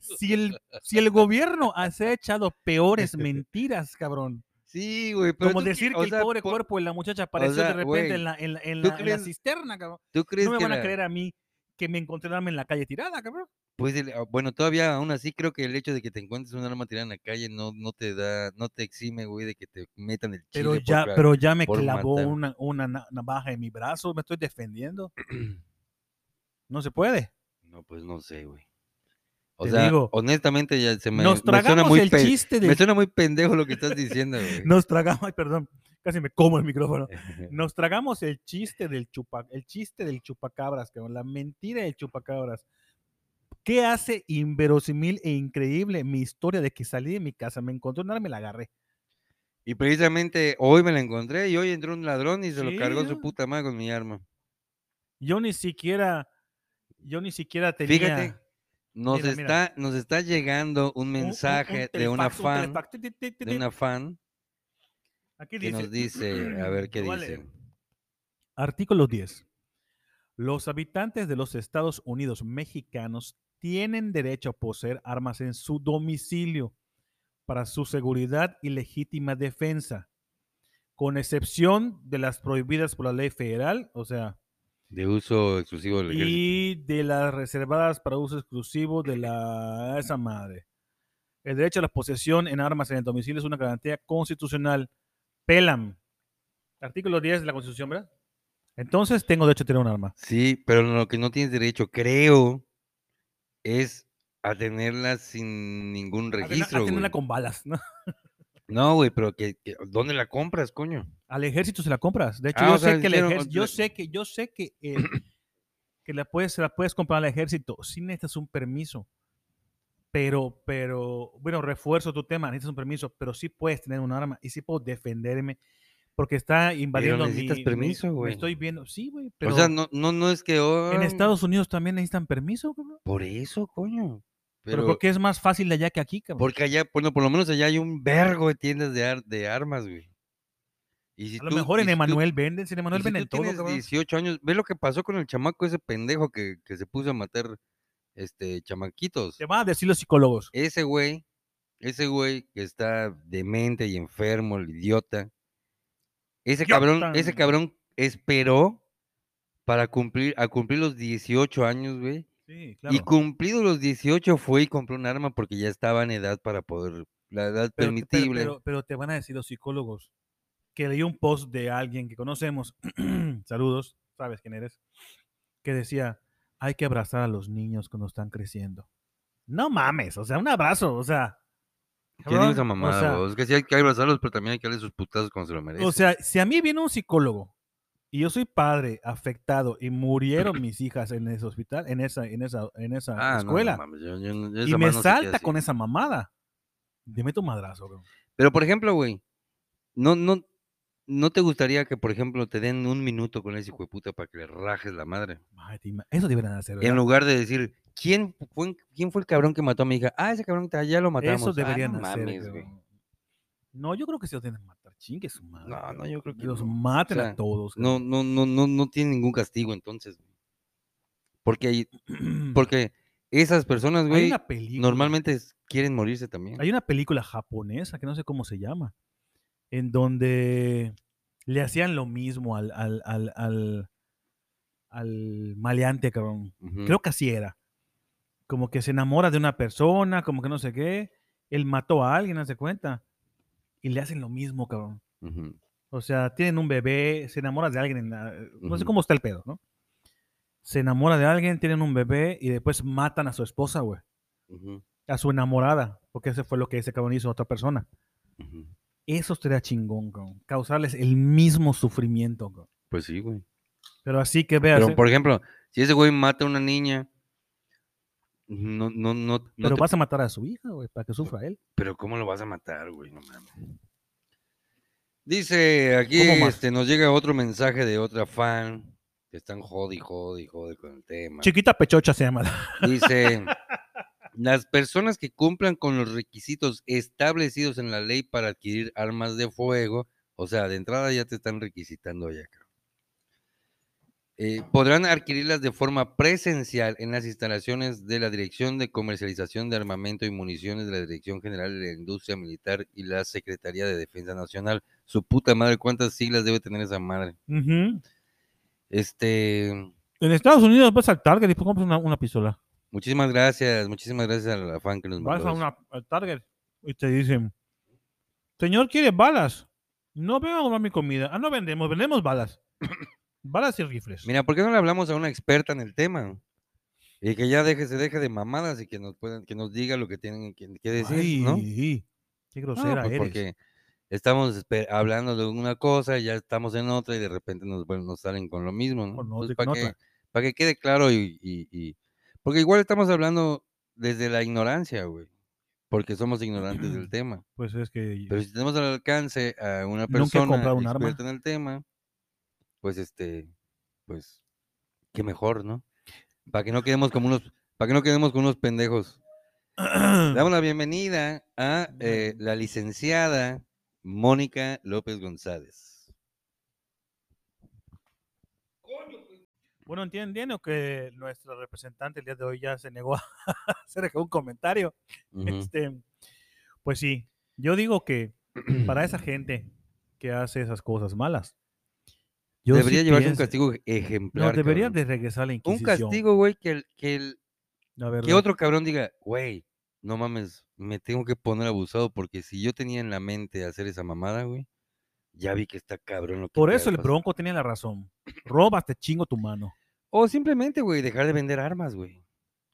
S2: Si el, si el gobierno ha- se ha echado peores mentiras, cabrón.
S3: Sí, güey, pero
S2: Como
S3: tú cre-
S2: decir
S3: o
S2: que
S3: sea,
S2: el pobre
S3: po-
S2: cuerpo de la muchacha apareció de
S3: sea,
S2: repente
S3: güey,
S2: en, la, en, la, en la-
S3: ¿tú
S2: en la
S3: crees-
S2: cisterna, cabrón.
S3: ¿Tú crees
S2: No me
S3: que
S2: van a
S3: la-
S2: creer a mí que me encontré el arma en la calle tirada, cabrón.
S3: Pues el- ah, bueno, todavía aún así creo que el hecho de que te encuentres un arma tirada en la calle no, no te da, no te exime, güey, de que te metan el chile.
S2: Pero
S3: por
S2: ya,
S3: cla-
S2: pero ya me
S3: por
S2: clavó
S3: matar.
S2: una, una na- navaja en mi brazo, me estoy defendiendo. No se puede.
S3: No, pues no sé, güey. O
S2: Te
S3: sea,
S2: digo,
S3: honestamente ya se me,
S2: Nos
S3: me suena
S2: tragamos
S3: muy
S2: el
S3: pe-
S2: chiste
S3: me
S2: del
S3: suena muy pendejo lo que estás diciendo, güey.
S2: Nos tragamos, ay, perdón, casi me como el micrófono. Nos tragamos el chiste del chupa, el chiste del chupacabras, cabrón, la mentira del chupacabras. ¿Qué hace inverosímil e increíble mi historia de que salí de mi casa, me encontré un arma y la agarré?
S3: Y precisamente hoy me la encontré y hoy entró un ladrón y se lo cargó
S2: Sí,
S3: su
S2: ¿no?
S3: puta madre con mi arma.
S2: Yo ni siquiera, yo ni siquiera tenía
S3: Fíjate, nos
S2: Mira, mira.
S3: está, nos está llegando un
S2: un- un- un
S3: mensaje de una
S2: telefax, un
S3: fan,
S2: telefax, ti, ti, ti, ti,
S3: de
S2: ti.
S3: una fan
S2: Aquí
S3: que nos dice, a ver qué
S2: Lo voy a leer.
S3: dice.
S2: Artículo 10. Los habitantes de los Estados Unidos mexicanos tienen derecho a poseer armas en su domicilio para su seguridad y legítima defensa, con excepción de las prohibidas por la ley federal, o sea,
S3: De uso exclusivo del ejército.
S2: y de las reservadas para uso exclusivo de la esa madre. El derecho a la posesión en armas en el domicilio es una garantía constitucional. Pelam. Artículo 10 de la Constitución, ¿verdad? Entonces tengo derecho a tener un arma.
S3: Sí, pero lo que no tienes derecho, creo, es a tenerla sin ningún
S2: A tener- a
S3: registro.
S2: tenerla
S3: güey.
S2: con balas, ¿no?
S3: No, güey, pero que, que- ¿dónde la compras, coño?
S2: Al ejército se la compras. De hecho,
S3: Ah,
S2: yo,
S3: o sea,
S2: sé que el
S3: dijeron,
S2: ejército- yo
S3: la-
S2: sé que yo sé que eh, que la puedes se la puedes comprar al ejército. Sí necesitas un permiso. Pero pero bueno, refuerzo tu tema, necesitas un permiso, pero sí puedes tener un arma y sí puedo defenderme porque está invadiendo
S3: necesitas
S2: mi- mi-
S3: permiso,
S2: me
S3: güey.
S2: estoy viendo, sí, güey, pero
S3: o sea, no, no, no es que
S2: en
S3: "Ay,
S2: Estados Unidos también necesitan permiso, cabrón.
S3: Por eso, coño.
S2: Pero,
S3: Pero,
S2: porque es más fácil allá que aquí, cabrón.
S3: porque allá, bueno, por lo menos allá hay un vergo de tiendas de, ar- de armas, güey. Y si
S2: a lo
S3: tú-
S2: mejor
S3: y
S2: en
S3: si tú-
S2: Emanuel venden, en
S3: y
S2: Emanuel
S3: si
S2: venden
S3: tú
S2: todo,
S3: tienes
S2: cabrón.
S3: 18 años, ve lo que pasó con el chamaco ese pendejo que, que se puso a matar este chamaquitos.
S2: Te van a decir los psicólogos.
S3: ese güey, ese güey que está demente y enfermo, el idiota, ese cabrón, ese
S2: Idiota.
S3: cabrón esperó para cumplir, a cumplir los 18 años, güey.
S2: Sí, claro.
S3: Y cumplido los 18 fue y compró un arma porque ya estaba en edad para poder, la edad
S2: Pero- pero-
S3: permitible.
S2: Pero, pero te van a decir los psicólogos que leí un post de alguien que conocemos, saludos, sabes quién eres, que decía, hay que abrazar a los niños cuando están creciendo. No mames, o sea, un abrazo, o sea.
S3: ¿Quién dijo esa
S2: cabrón,
S3: mamada,
S2: o sea,
S3: güey? Es que sí hay que abrazarlos, pero también hay que darle sus putazos cuando se lo merecen.
S2: O sea, si a mí viene un psicólogo y yo soy padre afectado y murieron mis hijas en ese hospital, en esa, en esa, en esa
S3: Ah, no, no
S2: escuela,
S3: mames, yo- yo no- yo
S2: y
S3: esa
S2: me
S3: mano se queda
S2: salta
S3: así.
S2: con esa mamada, te meto un madrazo, bro.
S3: Pero, por ejemplo, güey, no, no, no te gustaría que, por ejemplo, te den un minuto con ese hijo de puta para que le rajes la madre.
S2: Ay, te ima- Eso deberían hacer.
S3: En
S2: ¿verdad?
S3: lugar de decir, ¿quién fue, quién fue el cabrón que mató a mi hija? Ah, ese cabrón ta- ya lo matamos.
S2: Eso
S3: Ah,
S2: deberían
S3: no
S2: hacer.
S3: mames, güey.
S2: cabrón. no, yo creo que sí los tienen que matar. Chingue su madre.
S3: No, no, yo creo
S2: que
S3: que
S2: los
S3: no.
S2: maten
S3: sea,
S2: a todos.
S3: No, no, no, no, no tiene ningún castigo entonces. güey. Porque, hay-
S2: cabrón.
S3: porque esas personas,
S2: Mm. Hay
S3: güey,
S2: una película-
S3: normalmente es- quieren morirse también.
S2: Hay una película japonesa que no sé cómo se llama, en donde le hacían lo mismo al, al, al, al, al maleante, cabrón.
S3: Ujú.
S2: Creo que así era. Como que se enamora de una persona, como que no sé qué. Él mató a alguien, hace cuenta. Y le hacen lo mismo, cabrón.
S3: Ujú.
S2: O sea, tienen un bebé, se enamoran de alguien, en la- eh, no sé
S3: Ujú.
S2: cómo está el pedo, ¿no? Se enamora de alguien, tienen un bebé y después matan a su esposa, güey,
S3: Ujú.
S2: a su enamorada, porque ese fue lo que ese cabrón hizo a otra persona.
S3: Ujú.
S2: Eso estaría chingón, cabrón, causarles el mismo sufrimiento, cabrón.
S3: Pues sí, güey.
S2: Pero así que veas,
S3: Pero,
S2: ¿eh?
S3: por ejemplo, si ese güey mata a una niña, no, no, no. no
S2: Pero
S3: te-
S2: vas a matar a su hija, güey, para que sufra él.
S3: Pero ¿cómo lo vas a matar, güey? No mames. Dice, aquí
S2: ¿Cómo más?
S3: este, nos llega otro mensaje de otra fan. Que están jode y jode y jode con el tema.
S2: Chiquita Pechocha se llama.
S3: Dice, las personas que cumplan con los requisitos establecidos en la ley para adquirir armas de fuego, o sea, de entrada ya te están requisitando ya, cabrón, eh, podrán adquirirlas de forma presencial en las instalaciones de la Dirección de Comercialización de Armamento y Municiones de la Dirección General de la Industria Militar y la Secretaría de Defensa Nacional. Su puta madre, ¿cuántas siglas debe tener esa madre?
S2: Ujú.
S3: Este,
S2: En Estados Unidos vas al Target y pues compras una, una pistola.
S3: muchísimas gracias, muchísimas gracias a la fan que nos mandó.
S2: Vas a
S3: eso.
S2: una, al Target y te dicen, señor, ¿quiere balas? No vengo a comprar mi comida. Ah, no vendemos, vendemos balas. balas y rifles.
S3: Mira, ¿por qué no le hablamos a una experta en el tema? Y que ya deje, se deje de mamadas y que nos puedan, que nos diga lo que tienen que, que decir, ¿no? No,
S2: Ay, Qué grosera
S3: pues
S2: eres.
S3: porque estamos espe- hablando de una cosa, ya estamos en otra y de repente nos, vuelven- nos salen con lo mismo, ¿no?
S2: Con otra y
S3: para,
S2: con
S3: que,
S2: otra.
S3: pa' que quede claro y, y- y- Porque igual estamos hablando desde la ignorancia, güey. Porque somos ignorantes del tema.
S2: Pues es que...
S3: Pero si tenemos al alcance a una
S2: Nunca he
S3: persona
S2: comprado un arma.
S3: experta en el tema, pues este, pues, qué mejor, ¿no? Para que no quedemos como unos, para que no quedemos como unos pendejos. Le damos la bienvenida a eh, la licenciada Mónica López González.
S2: Bueno, entiendo, entiendo que nuestro representante el día de hoy ya se negó a hacer un comentario.
S3: Ujú.
S2: Este, pues sí, yo digo que para esa gente que hace esas cosas malas, yo sí
S3: debería llevarse un
S2: pienso-
S3: castigo
S2: No,
S3: ejemplar.
S2: debería
S3: cabrón.
S2: de regresar la
S3: Un
S2: Inquisición.
S3: castigo, güey, que el, que el,
S2: la verdad.
S3: que otro cabrón diga, güey, no mames, me tengo que poner abusado porque si yo tenía en la mente hacer esa mamada, güey, ya vi que está cabrón lo que
S2: Por
S3: acaba
S2: eso
S3: de
S2: el
S3: pasar".
S2: bronco tenía la razón. Robas, te chingo tu mano.
S3: O simplemente, güey, dejar de vender armas, güey.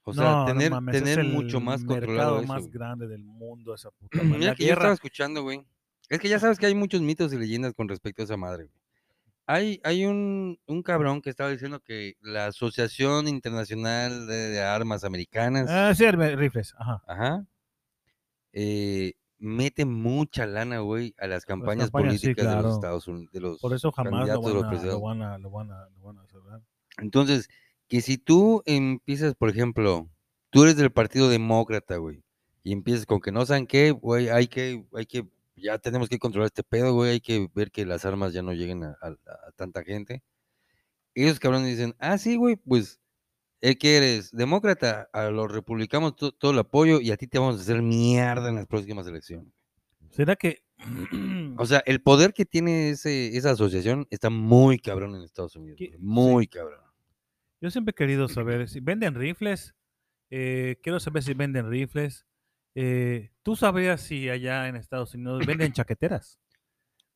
S3: O sea,
S2: No, no
S3: tener,
S2: mames, es
S3: tener
S2: el
S3: mucho más
S2: mercado
S3: controlado eso.
S2: más
S3: güey.
S2: grande del mundo, esa puta madre.
S3: Mira
S2: La
S3: que yo estaba
S2: guerra,
S3: escuchando, güey. Es que ya sabes que hay muchos mitos y leyendas con respecto a esa madre, güey. Hay, hay un, un cabrón que estaba diciendo que la Asociación Internacional de, de Armas Americanas.
S2: Ah, sí, el- rifles, ajá.
S3: Ajá. Eh, mete mucha lana, güey, a las campañas,
S2: campañas, Pues, sí,
S3: políticas de
S2: claro.
S3: los Estados Unidos, de los
S2: Por eso jamás lo
S3: candidatos, de
S2: van, a,
S3: los
S2: lo
S3: presidenciales.
S2: van a, lo van a, lo van a cerrar.
S3: Entonces, que si tú empiezas, por ejemplo, tú eres del Partido Demócrata, güey, y empiezas con que no saben qué, güey, hay que, hay que, ya tenemos que controlar este pedo, güey, hay que ver que las armas ya no lleguen a, a- a tanta gente. Ellos cabrones dicen, ah, sí, güey, pues, ¿eh, ¿qué eres? Demócrata, Ah, a los republicanos to- todo el apoyo y a ti te vamos a hacer mierda en las próximas elecciones.
S2: ¿Será que
S3: O sea, el poder que tiene ese, esa asociación está muy cabrón en Estados Unidos.
S2: ¿Qué?
S3: güey, Muy cabrón.
S2: Yo siempre he querido saber si venden rifles. eh, quiero saber si venden rifles. Eh, ¿Tú sabías si allá en Estados Unidos venden chaqueteras?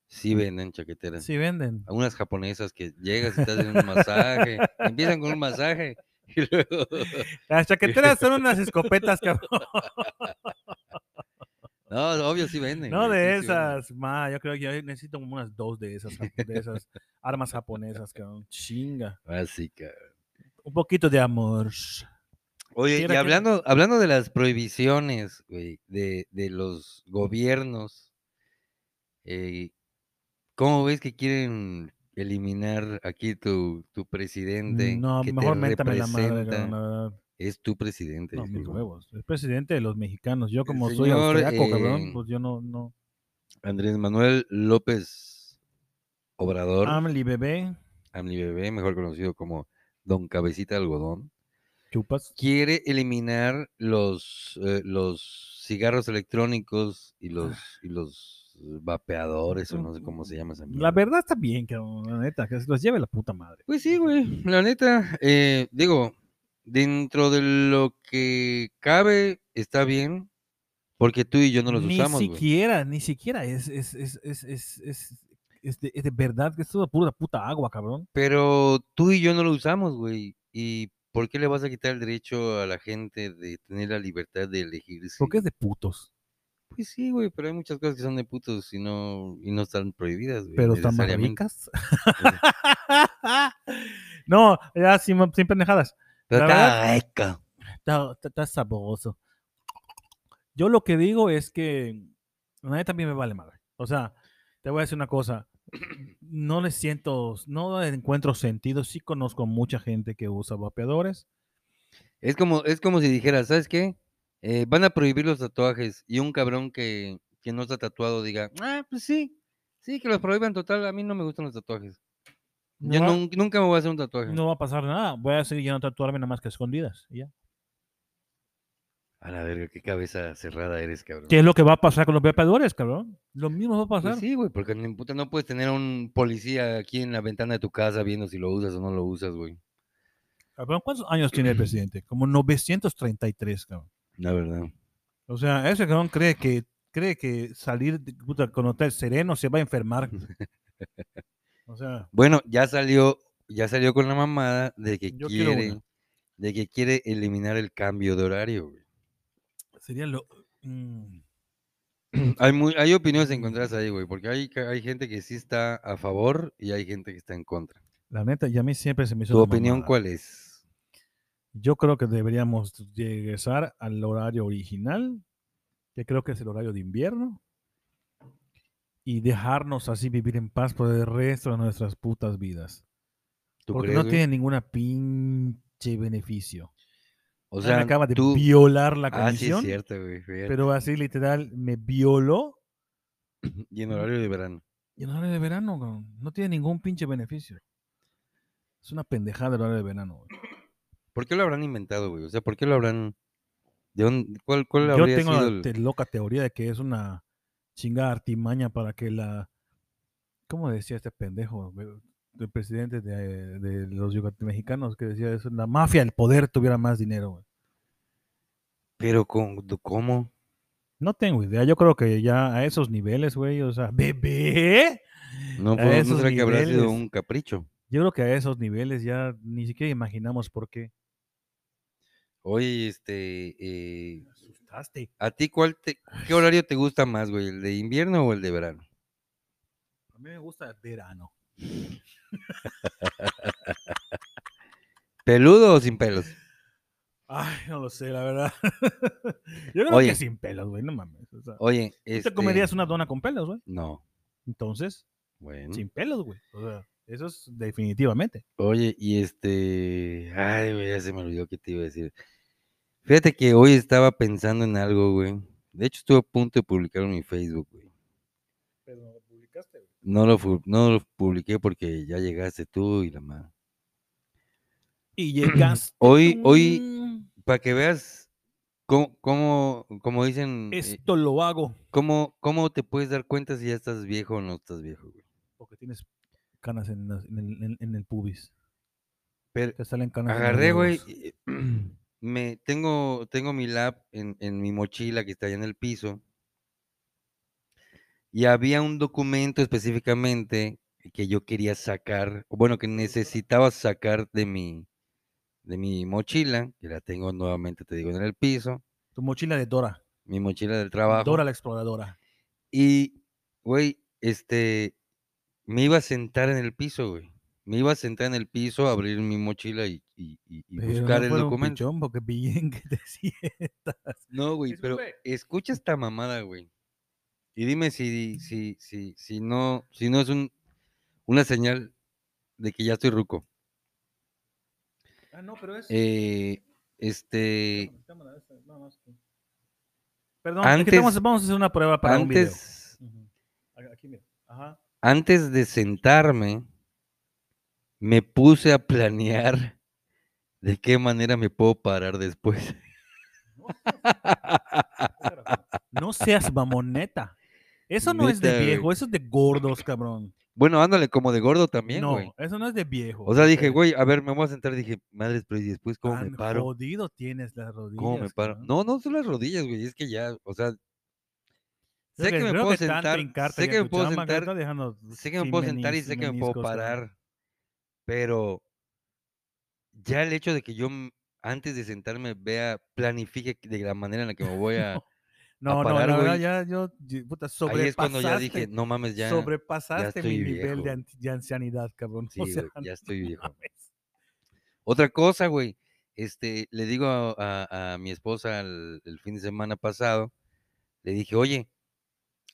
S3: Sí venden chaqueteras.
S2: Sí venden.
S3: Algunas japonesas que llegas y estás en un masaje. empiezan con un masaje. Y luego...
S2: Las chaqueteras son unas escopetas, cabrón.
S3: No, obvio sí venden.
S2: No
S3: güey,
S2: de
S3: sí, sí venden.
S2: esas, ma. Yo creo que yo necesito como unas dos de esas, ja- de esas armas japonesas, cabrón. Chinga.
S3: Así, Ah, cabrón.
S2: Un poquito de amor.
S3: Oye,
S2: era
S3: y
S2: que-
S3: hablando, hablando de las prohibiciones, güey, de, de los gobiernos, eh, ¿cómo ves que quieren eliminar aquí tu, tu presidente?
S2: No,
S3: que te
S2: mejor métame la madre,
S3: representa?
S2: cabrón, la verdad.
S3: Es tu presidente.
S2: No, pues,
S3: dice el
S2: mis
S3: güey.
S2: huevos. El presidente de los mexicanos. Yo, como soy
S3: señor,
S2: austriaco, cabrón,
S3: eh,
S2: pues yo no. no.
S3: Andrés Manuel López Obrador,
S2: Amli bebé,
S3: Amli Bebé, mejor conocido como Don Cabecita de Algodón,
S2: chupas.
S3: quiere eliminar los, eh, los cigarros electrónicos
S2: Ah.
S3: y los, y los vapeadores, o no sé cómo se llama esa
S2: La
S3: mierda.
S2: verdad está bien, cabrón, la neta, que se los lleve la puta madre.
S3: Pues sí, güey, la neta, eh, digo, dentro de lo que cabe, está bien, porque tú y yo no los
S2: ni
S3: usamos, güey.
S2: siquiera, ni siquiera es, es, es, es, es, es, es de, es de verdad que es toda pura puta agua, cabrón.
S3: Pero tú y yo no lo usamos, güey. ¿Y por qué le vas a quitar el derecho a la gente de tener la libertad de elegir?
S2: Porque
S3: si-
S2: es de putos.
S3: Pues sí, güey, pero hay muchas cosas que son de putos y no, y no están prohibidas, güey.
S2: Pero están más
S3: este, necesariamente.
S2: ricas. no, ya sin, sin pendejadas. La
S3: Pero está
S2: verdad-
S3: rica.
S2: Está, está- está sabroso. Yo lo que digo es que la neta a mí me vale madre. O sea, te voy a decir una cosa. No le siento, no le encuentro sentido. Sí conozco mucha gente que usa vapeadores.
S3: Es como, es como si dijeras, ¿sabes qué? Eh, van a prohibir los tatuajes y un cabrón que, que no está tatuado diga, ah, pues sí, sí, que los prohíban total, a mí no me gustan los tatuajes. Yo
S2: No-
S3: nun- nunca me voy a hacer un tatuaje.
S2: No va a pasar nada. Voy a seguir yendo a tatuarme nada más que a escondidas. y ya.
S3: A la verga, qué cabeza cerrada eres, cabrón.
S2: ¿Qué es lo que va a pasar con los vapeadores, cabrón? Lo mismo va a
S3: Pues
S2: pasar.
S3: sí, güey, porque ni puta, no puedes tener a un policía aquí en la ventana de tu casa viendo si lo usas o no lo usas, güey.
S2: Cabrón, ¿cuántos años tiene el presidente? Como 933, cabrón.
S3: La verdad.
S2: O sea, ese cabrón cree que cree que salir de- puta, con hotel sereno se va a enfermar. O sea,
S3: Bueno, ya salió, ya salió con la mamada de que
S2: Yo quiero
S3: quiere,
S2: una.
S3: de que quiere eliminar el cambio de horario, güey.
S2: sería lo mm,
S3: Hay, muy, hay opiniones encontradas ahí, güey, porque hay, ca- hay gente que sí está a favor y hay gente que está en contra.
S2: la neta, y a mí siempre se me hizo
S3: ¿Tu
S2: una
S3: opinión
S2: mamada.
S3: cuál es?
S2: Yo creo que deberíamos regresar al horario original, que creo que es el horario de invierno, y dejarnos así vivir en paz por el resto de nuestras putas vidas.
S3: ¿Tú
S2: Porque
S3: crees,
S2: no
S3: güey?
S2: tiene ninguna pinche beneficio.
S3: O
S2: O
S3: sea,
S2: sea, me acaba de
S3: tú...
S2: violar la
S3: Ah, sí es
S2: condición,
S3: cierto, güey. fíjate,
S2: pero así literal me violó
S3: Y
S2: mm,
S3: en horario de verano.
S2: Y el horario de verano, cabrón, no tiene ningún pinche beneficio. Es una pendejada el horario de verano. güey.
S3: ¿Por qué lo habrán inventado, güey? O sea, ¿por qué lo habrán... ¿De dónde- ¿Cuál, cuál
S2: Yo
S3: habría
S2: tengo
S3: sido
S2: la
S3: el-
S2: te- loca teoría de que es una chingada artimaña para que la... ¿Cómo decía este pendejo? güey? El presidente de, de los yucate- mexicanos que decía eso, la mafia, el poder tuviera más dinero. güey.
S3: Pero con, do- ¿cómo?
S2: No tengo idea, yo creo que ya a esos niveles, güey, o sea, bebé.
S3: No,
S2: A
S3: puedo- no
S2: esos
S3: será que habrá sido
S2: niveles.
S3: un capricho.
S2: Yo creo que a esos niveles ya ni siquiera imaginamos por qué.
S3: Oye, este, eh,
S2: Asustaste.
S3: ¿a ti cuál te, qué horario te gusta más, güey? ¿El de invierno o el de verano?
S2: A mí me gusta el verano.
S3: ¿Peludo o sin pelos?
S2: Ay, no lo sé, la verdad. Yo creo
S3: Oye.
S2: que sin pelos, güey, no mames. o sea,
S3: Oye,
S2: ¿tú
S3: este,
S2: te comerías una dona con pelos, güey?
S3: No,
S2: Entonces,
S3: bueno.
S2: sin pelos, güey. O sea, eso es definitivamente.
S3: Oye, y este, ay, güey, ya se me olvidó qué te iba a decir. Fíjate que hoy estaba pensando en algo, güey. De hecho, estuve a punto de publicarlo en mi Facebook, güey.
S2: Pero no lo publicaste, güey.
S3: No lo, fu- no lo publiqué porque ya llegaste tú y la madre.
S2: Y llegaste.
S3: Hoy- eh, hoy-
S2: tú. Mm,
S3: Para que veas ¿Cómo, cómo, cómo dicen? eh,
S2: Esto lo hago
S3: ¿cómo, ¿Cómo te puedes dar cuenta si ya estás viejo o no estás viejo, güey?
S2: porque tienes canas en, las- en el, en- en el pubis.
S3: Pero,
S2: Te salen canas. en los
S3: Agarré, güey.
S2: dedos.
S3: y- Me tengo, tengo mi lap en, en mi mochila que está allá en el piso. Y había un documento específicamente que yo quería sacar, o bueno, que necesitaba sacar de mi, de mi mochila, que la tengo nuevamente, te digo, en el piso,
S2: Tu mochila de Dora.
S3: mi mochila del trabajo.
S2: Dora la exploradora.
S3: Y, güey, este, me iba a sentar en el piso, güey. Me iba a sentar en el piso, abrir mi mochila y, y- y- y
S2: Pero no
S3: buscar el
S2: fuera un
S3: documento.
S2: pichón, porque bien que te sientas.
S3: No, güey, pero
S2: Disculpe.
S3: escucha esta mamada, güey. Y dime si, si, si, si no, si no es un, una señal de que ya estoy ruco.
S2: Ah, no, pero es.
S3: Eh, este,
S2: Perdón, es que estamos-
S3: antes-
S2: vamos a hacer una prueba para un video.
S3: antes,
S2: Ujú. A- Aquí, mira. Ajá.
S3: antes de sentarme, me puse a planear de qué manera me puedo parar después.
S2: No seas- espérame, No seas mamoneta. Eso no es de
S3: Neta,
S2: viejo,
S3: güey.
S2: eso es de gordos, cabrón.
S3: Bueno, ándale, como de gordo también,
S2: no,
S3: güey.
S2: eso no es de viejo.
S3: O sea, dije,
S2: espérate. Ah,
S3: güey, a ver, me voy a sentar. Dije, madres, pero ¿y después cómo me
S2: Tan
S3: paro?
S2: jodido tienes las rodillas.
S3: ¿Cómo me paro?
S2: cabrón.
S3: No, no son las rodillas, güey. Es que ya, o sea.
S2: Creo
S3: Sé que me
S2: creo
S3: puedo
S2: tanto
S3: sentar.
S2: hincarte y
S3: Sé
S2: a
S3: que me
S2: tu
S3: puedo
S2: chamba que
S3: sentar.
S2: estás dejando
S3: Sé que me
S2: sin
S3: puedo sentar y
S2: menis-
S3: sé que me puedo
S2: meniscos, cabrón.
S3: parar. Pero ya el hecho de que yo m- antes de sentarme vea, planifique de la manera en la que me voy a.
S2: No, no,
S3: parar,
S2: la verdad
S3: güey.
S2: ya yo, yo- puta, sobrepasaste,
S3: Ahí es cuando ya dije, no mames, ya.
S2: sobrepasaste mi
S3: estoy
S2: nivel de,
S3: viejo.
S2: anti- de ancianidad, cabrón. O
S3: Sí, güey,
S2: sea,
S3: ya estoy viejo.
S2: mames.
S3: Otra cosa, güey. Este, le digo a, a- a mi esposa el, el fin de semana pasado, le dije, oye,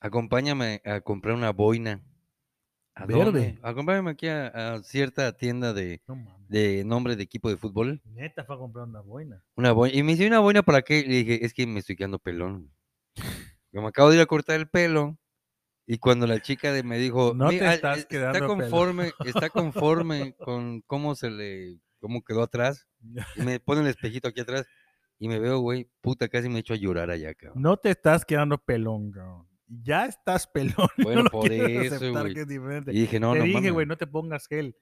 S3: acompáñame a comprar una boina. "¿A
S2: Verde.
S3: dónde? Acompáñame aquí a, a cierta tienda de,
S2: No mames.
S3: de nombre de equipo de fútbol.
S2: Neta fue a comprar una boina.
S3: Una boina. Y me dice, ¿una boina para qué? Le dije, es que me estoy quedando pelón. Yo me acabo de ir a cortar el pelo. Y cuando la chica de- me dijo,
S2: No
S3: "Mi-
S2: te
S3: ah,
S2: estás
S3: eh,
S2: quedando
S3: está
S2: pelón".
S3: conforme, está conforme con cómo se le, cómo quedó atrás. Y me pone el espejito aquí atrás y me veo, güey, puta, casi me he hecho a llorar allá, cabrón.
S2: No te estás quedando pelón, cabrón. Ya estás pelón. y
S3: Bueno,
S2: no lo
S3: por
S2: quieres
S3: eso,
S2: aceptar
S3: güey.
S2: que es diferente.
S3: Y dije, no,
S2: Te
S3: no
S2: dije,
S3: mames.
S2: güey, no te pongas gel.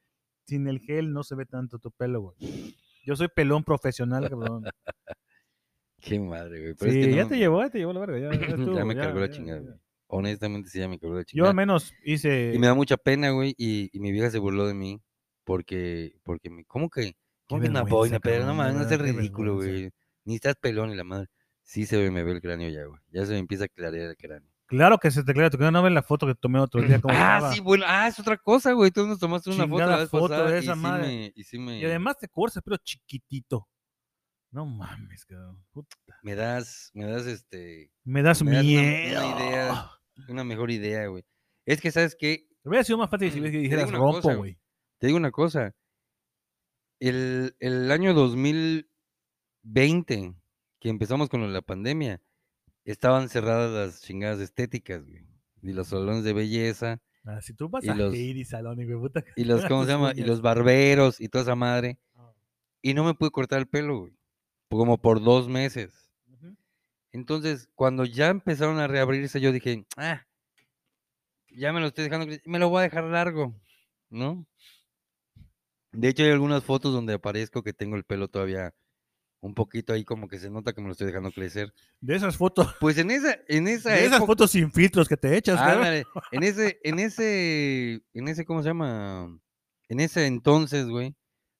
S2: Sin el gel no se ve tanto tu pelo, güey. Yo soy pelón profesional, cabrón.
S3: Qué madre, güey. Pero
S2: sí,
S3: es que
S2: ya
S3: no,
S2: te llevó, ya te llevó la verga. Ya, ya
S3: Ya
S2: estuvo,
S3: me cargó la
S2: ya,
S3: chingada,
S2: ya.
S3: güey. Honestamente, sí, ya me quedó la
S2: Yo
S3: chingada.
S2: al menos hice.
S3: Y me da mucha pena, güey, y, y mi vieja se burló de mí porque, porque me, ¿cómo que? ¿Cómo que una
S2: vergüenza,
S3: boina? Pero no
S2: cabrón, de
S3: mames, no seas
S2: verdad, qué
S3: ridículo,
S2: vergüenza.
S3: güey. Ni estás pelón y la madre. Sí se ve, me ve el cráneo ya, güey. Ya se me empieza a clarear el cráneo.
S2: Claro que se te clara, tú no ves la foto que tomé otro día. Como
S3: ah,
S2: estaba.
S3: sí, bueno, ah, es otra cosa, güey. Tú nos tomaste una foto la
S2: Chingada
S3: vez
S2: foto
S3: pasada
S2: de
S3: y,
S2: esa
S3: sí
S2: madre.
S3: me, y sí me,
S2: Y además te cortas, pero chiquitito. No mames, cabrón. Puta.
S3: me das, me das este,
S2: Me das
S3: Me das una- una
S2: miedo.
S3: idea. una mejor idea, güey. Es que, ¿sabes qué?
S2: Hubiera sido más fácil si
S3: Mm, Te digo
S2: dijeras
S3: una
S2: rompo,
S3: cosa,
S2: güey.
S3: Te digo una cosa. El, el año 2020, que empezamos con lo de la pandemia, estaban cerradas las chingadas estéticas, güey. Y los salones de belleza,
S2: Ah, si tú vas
S3: Y
S2: a
S3: los-
S2: ir y salón y güey, puta. que-
S3: y los, ¿cómo se
S2: tus
S3: llama? Y
S2: uñas.
S3: los barberos y toda esa madre. Y no me pude cortar el pelo, güey. Como por dos meses.
S2: Ujú.
S3: Entonces, cuando ya empezaron a reabrirse, yo dije, ah, ya me lo estoy dejando, cre- me lo voy a dejar largo, ¿no? De hecho, hay algunas fotos donde aparezco que tengo el pelo todavía un poquito ahí, como que se nota que me lo estoy dejando crecer.
S2: De esas fotos,
S3: Pues en esa, en esa
S2: de esas
S3: época- Ah,
S2: fotos sin filtros que te echas, cabrón.
S3: ándale, en ese, en ese, en ese, ¿cómo se llama? En ese entonces, güey,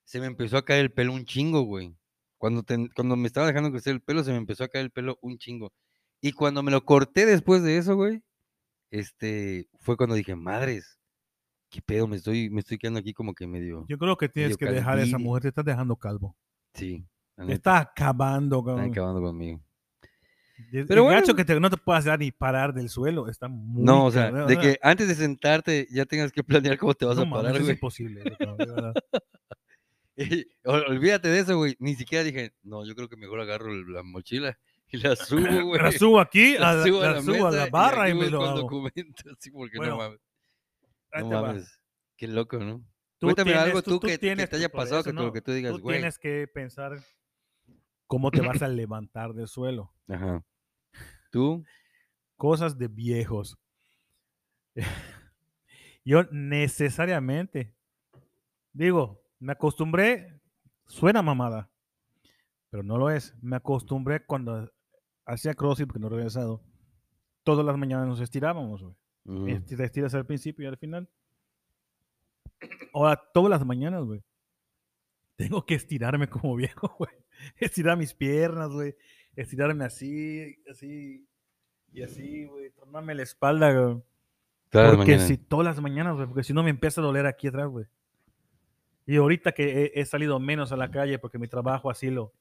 S3: se me empezó a caer el pelo un chingo, güey. Cuando, ten- cuando me estaba dejando crecer el pelo, se me empezó a caer el pelo un chingo. Y cuando me lo corté después de eso, güey, este, fue cuando dije, madres, qué pedo, me estoy, me estoy quedando aquí como que medio,
S2: Yo creo que tienes
S3: medio
S2: que dejar a esa
S3: calvirie.
S2: mujer, te estás dejando calvo.
S3: sí, la
S2: Te
S3: neta,
S2: está acabando,
S3: están
S2: cabrón.
S3: acabando conmigo.
S2: El,
S3: Pero
S2: el
S3: bueno,
S2: gacho que
S3: güey.
S2: te- no te puedas dar ni parar del suelo, está muy
S3: No, o sea,
S2: cabrón,
S3: de
S2: ¿verdad?
S3: que antes de sentarte ya tengas que planear cómo te vas
S2: no
S3: a parar,
S2: mames, es
S3: güey.
S2: imposible. eso, cabrón, de verdad.
S3: Ey, ol- olvídate de eso, güey. Ni siquiera dije, no, yo creo que mejor agarro el- la mochila y la subo, güey.
S2: La subo aquí,
S3: La
S2: a la, la subo a la
S3: mesa
S2: barra y,
S3: aquí
S2: me
S3: busco
S2: lo
S3: el
S2: hago.
S3: documento, sí, porque
S2: Bueno,
S3: no mames.
S2: Ahí
S3: no
S2: te va.
S3: mames. Qué loco, ¿no?
S2: Tú
S3: Cuéntame
S2: tienes-
S3: algo tú, que, que
S2: tienes
S3: te haya
S2: por
S3: pasado,
S2: eso,
S3: que, tú-
S2: no,
S3: que tú digas,
S2: Tú
S3: güey.
S2: tienes que pensar cómo te vas a levantar del suelo.
S3: Ajá. ¿Tú?
S2: Cosas de viejos. Yo necesariamente, digo, me acostumbré, suena mamada, pero no lo es. Me acostumbré cuando hacía CrossFit, porque no he regresado, todas las mañanas nos estirábamos, güey.
S3: Ujú.
S2: Esti- este, Te estiras al principio y al final. Ahora, todas las mañanas, güey. Tengo que estirarme como viejo, güey. Estirar mis piernas, güey. Estirarme así, así. Y así, güey. Tronarme la espalda, güey.
S3: Todas las
S2: porque
S3: mañanas.
S2: si todas las mañanas, güey. Porque si no me empieza a doler aquí atrás, güey. Y ahorita que he, he salido menos a la calle porque mi trabajo así lo,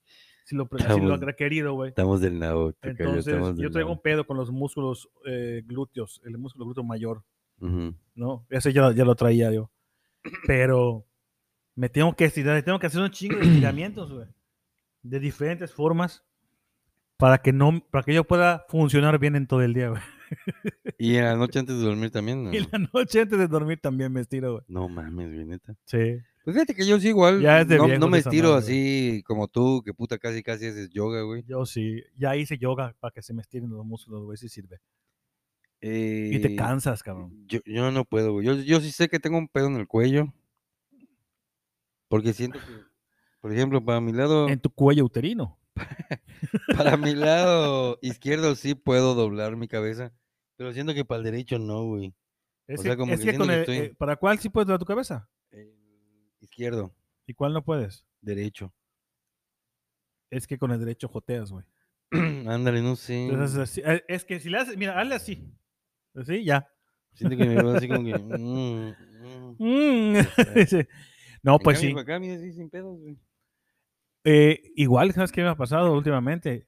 S2: así lo, así lo
S3: Estamos-
S2: ha requerido, güey.
S3: Estamos del nabo. te cayó,
S2: Entonces,
S3: estamos
S2: yo
S3: del
S2: traigo un
S3: nabo.
S2: pedo con los músculos eh, glúteos, el músculo glúteo mayor.
S3: Ujú.
S2: ¿no? Ese ya, ya lo traía yo. Pero me tengo que estirar, tengo que hacer un chingo de estiramientos, güey. De diferentes formas para que no, para que yo pueda funcionar bien en todo el día, güey.
S3: Y en la noche antes de dormir también. ¿no?
S2: Y la noche antes de dormir también me estiro, güey.
S3: No mames, güey, neta.
S2: Sí.
S3: Pues fíjate que yo sí igual.
S2: Ya es de
S3: no, no
S2: viejos
S3: me
S2: esa
S3: estiro
S2: madre,
S3: así como tú, que puta casi casi haces yoga, güey.
S2: Yo sí, ya hice yoga para que se me estiren los músculos, güey, sí sirve. Y
S3: Eh,
S2: te cansas, cabrón.
S3: Yo, yo no puedo, güey. Yo, yo sí sé que tengo un pedo en el cuello. Porque siento que, por ejemplo, para mi lado,
S2: En tu cuello uterino.
S3: para mi lado izquierdo sí puedo doblar mi cabeza. Pero siento que para el derecho no, güey.
S2: Es
S3: sea,
S2: que-
S3: como
S2: es
S3: que
S2: que
S3: siento
S2: con
S3: que
S2: el-
S3: estoy-
S2: eh, ¿Para cuál sí puedes dar tu cabeza?
S3: El Eh, izquierdo,
S2: ¿Y cuál no puedes?
S3: derecho.
S2: Es que con el derecho joteas, güey.
S3: Ándale, no sé.
S2: Entonces, así- eh, es que si le haces, mira, hazle así. Así, ya.
S3: Siento que me veo así como que. mm, mm.
S2: Mm,
S3: sea,
S2: dice, No,
S3: En
S2: pues
S3: cambio,
S2: sí.
S3: acá, mira, sí, sin pedos, güey.
S2: Eh, igual, ¿sabes qué me ha pasado últimamente?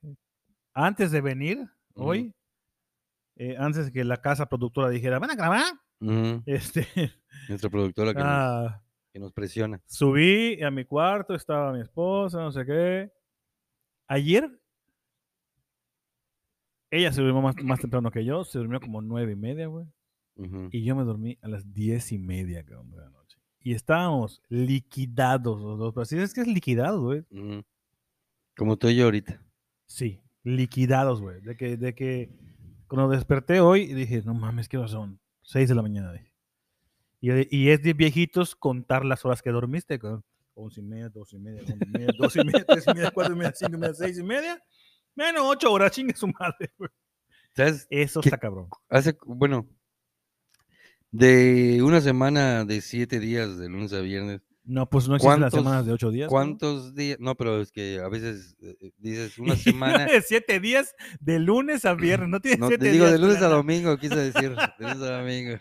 S2: Antes de venir
S3: Ujú.
S2: hoy, eh, antes de que la casa productora dijera, van a grabar,
S3: Ujú.
S2: este,
S3: Nuestra productora que, nos-
S2: ah,
S3: que nos, presiona.
S2: subí a mi cuarto, estaba mi esposa, no sé qué. Ayer, ella se durmió más, más temprano que yo, se durmió como nueve y media, güey.
S3: Ujú.
S2: Y yo me dormí a las diez y media cabrón, de la noche. Y estábamos liquidados los dos. Pero así es que es liquidados, güey.
S3: Ujú. Como estoy yo ahorita.
S2: Sí, liquidados, güey. De que, de que cuando desperté hoy dije, no mames, ¿qué horas son? Seis de la mañana. dije. Y, de- y es de viejitos contar las horas que dormiste, cabrón. Once y media, dos y media, una y media, dos y media, tres y media, cuatro y media, cinco y media, seis y media. Menos ocho horas, chingue su madre, güey.
S3: ¿Sabes?
S2: Eso
S3: ¿Qué-
S2: está cabrón.
S3: Hace, cu- bueno, de una semana de siete días, de lunes a viernes,
S2: No, pues no existen las
S3: ¿Cuántos-
S2: semanas de ocho días. cabrón.
S3: ¿cuántos días? No, pero es que a veces eh, eh, dices una semana.
S2: de siete días de lunes a viernes. No tiene
S3: No,
S2: siete
S3: te digo,
S2: días.
S3: de lunes a
S2: fulana.
S3: domingo, quise decir. De lunes a domingo.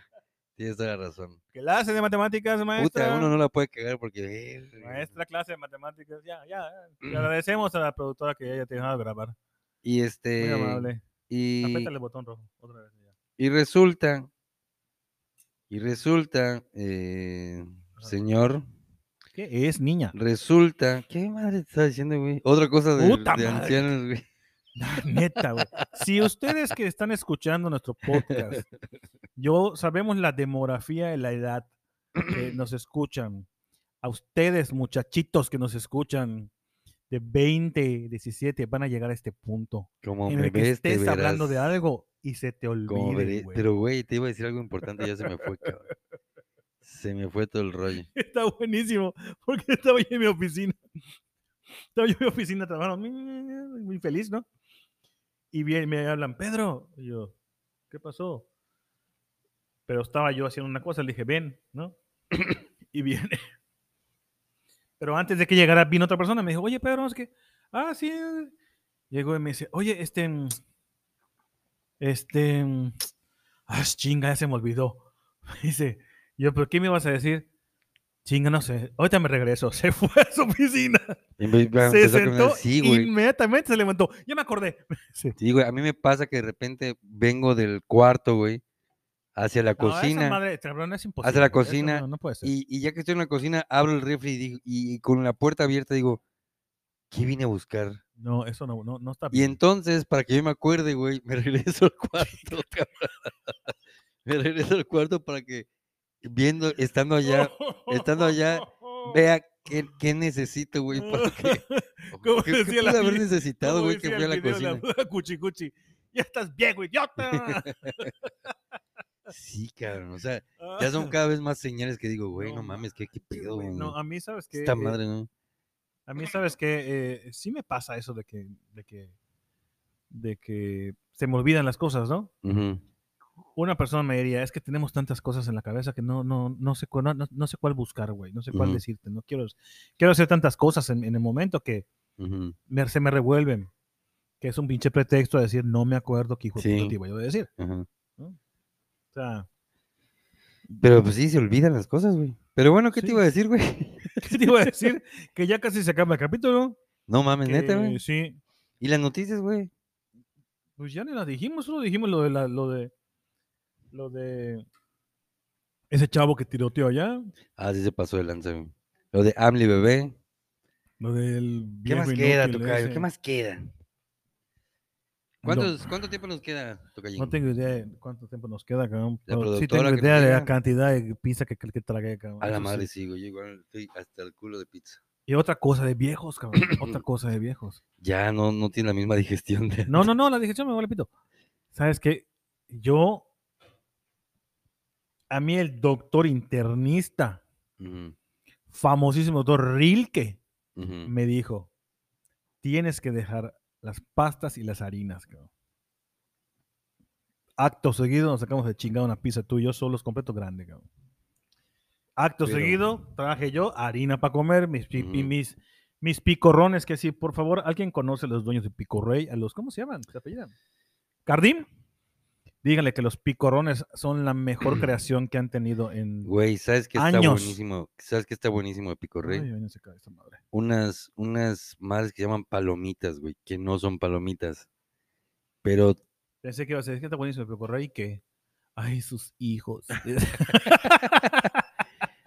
S3: Tienes toda la razón.
S2: Clase de matemáticas, maestra.
S3: Puta, uno no la puede cagar porque. eh,
S2: Maestra, clase de matemáticas. Ya, ya. ya.
S3: Mm.
S2: Le agradecemos a la productora que haya dejado de grabar.
S3: Y
S2: Muy
S3: este.
S2: amable.
S3: Y,
S2: Apriétale el botón rojo. Otra vez. ya.
S3: y resulta. Y resulta, eh,
S2: Ajá.
S3: señor.
S2: ¿Qué es, niña?
S3: Resulta. ¿Qué madre te está diciendo, güey? Otra cosa de,
S2: Puta
S3: de
S2: madre.
S3: ancianos, güey.
S2: Ah, Neta, güey. Si ustedes que están escuchando nuestro podcast, yo sabemos la demografía de la edad que nos escuchan. A ustedes, muchachitos que nos escuchan de 20, 17, van a llegar a este punto
S3: Como
S2: en el que
S3: bebés te
S2: estés hablando de
S3: verás,
S2: algo y se te
S3: como
S2: olvide,
S3: bebé-
S2: güey.
S3: Pero, güey, te iba a decir algo importante, ya se me fue, cabrón. Se me fue todo el rollo.
S2: Está buenísimo, porque estaba yo en mi oficina. Estaba yo en mi oficina trabajando, muy feliz, ¿no? Y bien, me hablan, Pedro. Y yo, ¿qué pasó? Pero estaba yo haciendo una cosa, le dije, ven, ¿no? Y viene. Pero antes de que llegara, vino otra persona, me dijo, oye, Pedro, es que, ah, sí. Llegó y me dice, oye, este, mm, este, mm, ah, chinga, ya se me olvidó. Dice, yo, ¿pero qué me vas a decir? Chinga, no sé. Ahorita me regreso. Se fue a su oficina.
S3: En vez- va a
S2: Se
S3: empezar a caminar,
S2: sentó.
S3: sí, güey.
S2: inmediatamente se levantó. Ya me acordé. Sí.
S3: Sí, güey, a mí me pasa que de repente vengo del cuarto, güey, hacia la
S2: No, Ah, esa
S3: cocina.
S2: madre, cabrón, es imposible.
S3: la
S2: eso
S3: cocina
S2: No, no puede ser.
S3: Y, y ya que estoy en la cocina, abro el refri y, digo- y- y con la puerta abierta digo, ¿qué vine a buscar?
S2: no, eso no, no, no está
S3: Y
S2: bien.
S3: entonces, para que yo me acuerde, güey, me regreso al cuarto, cabrón. Me regreso al cuarto para que, viendo, estando allá, estando allá, vea qué, qué necesito, güey, para que...
S2: Mm, ¿Cómo
S3: ¿Qué, qué
S2: decía la
S3: pude haber
S2: vi-
S3: necesitado,
S2: cómo
S3: güey, que
S2: decía
S3: fui a
S2: el
S3: la
S2: video de
S3: cocina?
S2: cuchi, cuchi. Ya estás viejo, idiota.
S3: Sí, cabrón, o sea, ya son cada vez más señales que digo, güey,
S2: No
S3: no mames, qué, qué pedo,
S2: Güey,
S3: güey.
S2: No, a mí, ¿sabes qué?
S3: Esta
S2: Eh,
S3: madre, ¿no?
S2: A mí, ¿sabes qué? Eh, sí me pasa eso de que, de que, de que se me olvidan las cosas, ¿no?
S3: Ujú.
S2: Una persona me diría, es que tenemos tantas cosas en la cabeza que no, no, no, sé, cu- no, no- no sé cuál buscar, güey, no sé cuál
S3: Ujú.
S2: decirte, no quiero, quiero hacer tantas cosas en, en el momento que
S3: Ujú,
S2: me- se me revuelven, que es un pinche pretexto a decir, no me acuerdo qué hijo de puta
S3: Sí.
S2: te iba yo a decir.
S3: ajá.
S2: O sea,
S3: Pero pues sí, se olvidan las cosas, güey. Pero bueno, ¿qué
S2: Sí.
S3: te iba a decir, güey?
S2: ¿qué te iba a decir? que ya casi se acaba el capítulo.
S3: No mames, neta,
S2: que
S3: güey.
S2: Sí,
S3: ¿Y las noticias, güey?
S2: Pues ya ni las dijimos, solo dijimos lo de la, lo de lo de ese chavo que tiroteó allá,
S3: Ah, sí se pasó de lanza, güey. Lo de Amli Bebé.
S2: lo del
S3: ¿Qué
S2: viejo
S3: más queda,
S2: inútil
S3: Tocayo?
S2: ese.
S3: ¿Qué más queda?
S2: No,
S3: ¿Cuántos, ¿Cuánto tiempo nos queda, Tocayo?
S2: No, tengo idea de cuánto tiempo nos queda, cabrón.
S3: La
S2: pero sí tengo
S3: productora que
S2: idea
S3: nos
S2: de la
S3: diga.
S2: cantidad de pizza que, que tragué, cabrón.
S3: A la
S2: eso sí.
S3: madre, sí, güey. Yo igual estoy hasta el culo de pizza.
S2: Y otra cosa de viejos, cabrón. otra cosa de viejos.
S3: Ya no, no tiene la misma digestión. De...
S2: No, no, no, la digestión me vale pito. ¿Sabes qué? Yo a mí el doctor internista,
S3: Ujú,
S2: famosísimo doctor Rilke,
S3: Mm, ujú.
S2: me dijo, tienes que dejar las pastas y las harinas, cabrón. Acto seguido nos sacamos de chingada una pizza tú y yo solos, completo grande, cabrón. Acto
S3: Pero-
S2: seguido traje yo harina para comer, mis, pi- pi-
S3: Ujú.
S2: mis, mis picorrones, que sí, por favor, ¿alguien conoce a los dueños de Picorrey? A los, ¿cómo se llaman? ¿Se apellidan? ¿Cardim? Díganle que los picorrones son la mejor creación que han tenido en...
S3: Güey, ¿sabes qué está
S2: Años.
S3: buenísimo? ¿Sabes qué está buenísimo de Pico Rey?
S2: Ay, ay, no se cae esta madre.
S3: unas, unas madres que llaman palomitas, güey, que no son palomitas. Pero
S2: Pensé que iba a ser, es que está buenísimo el Picorrey, que... Ay, sus hijos.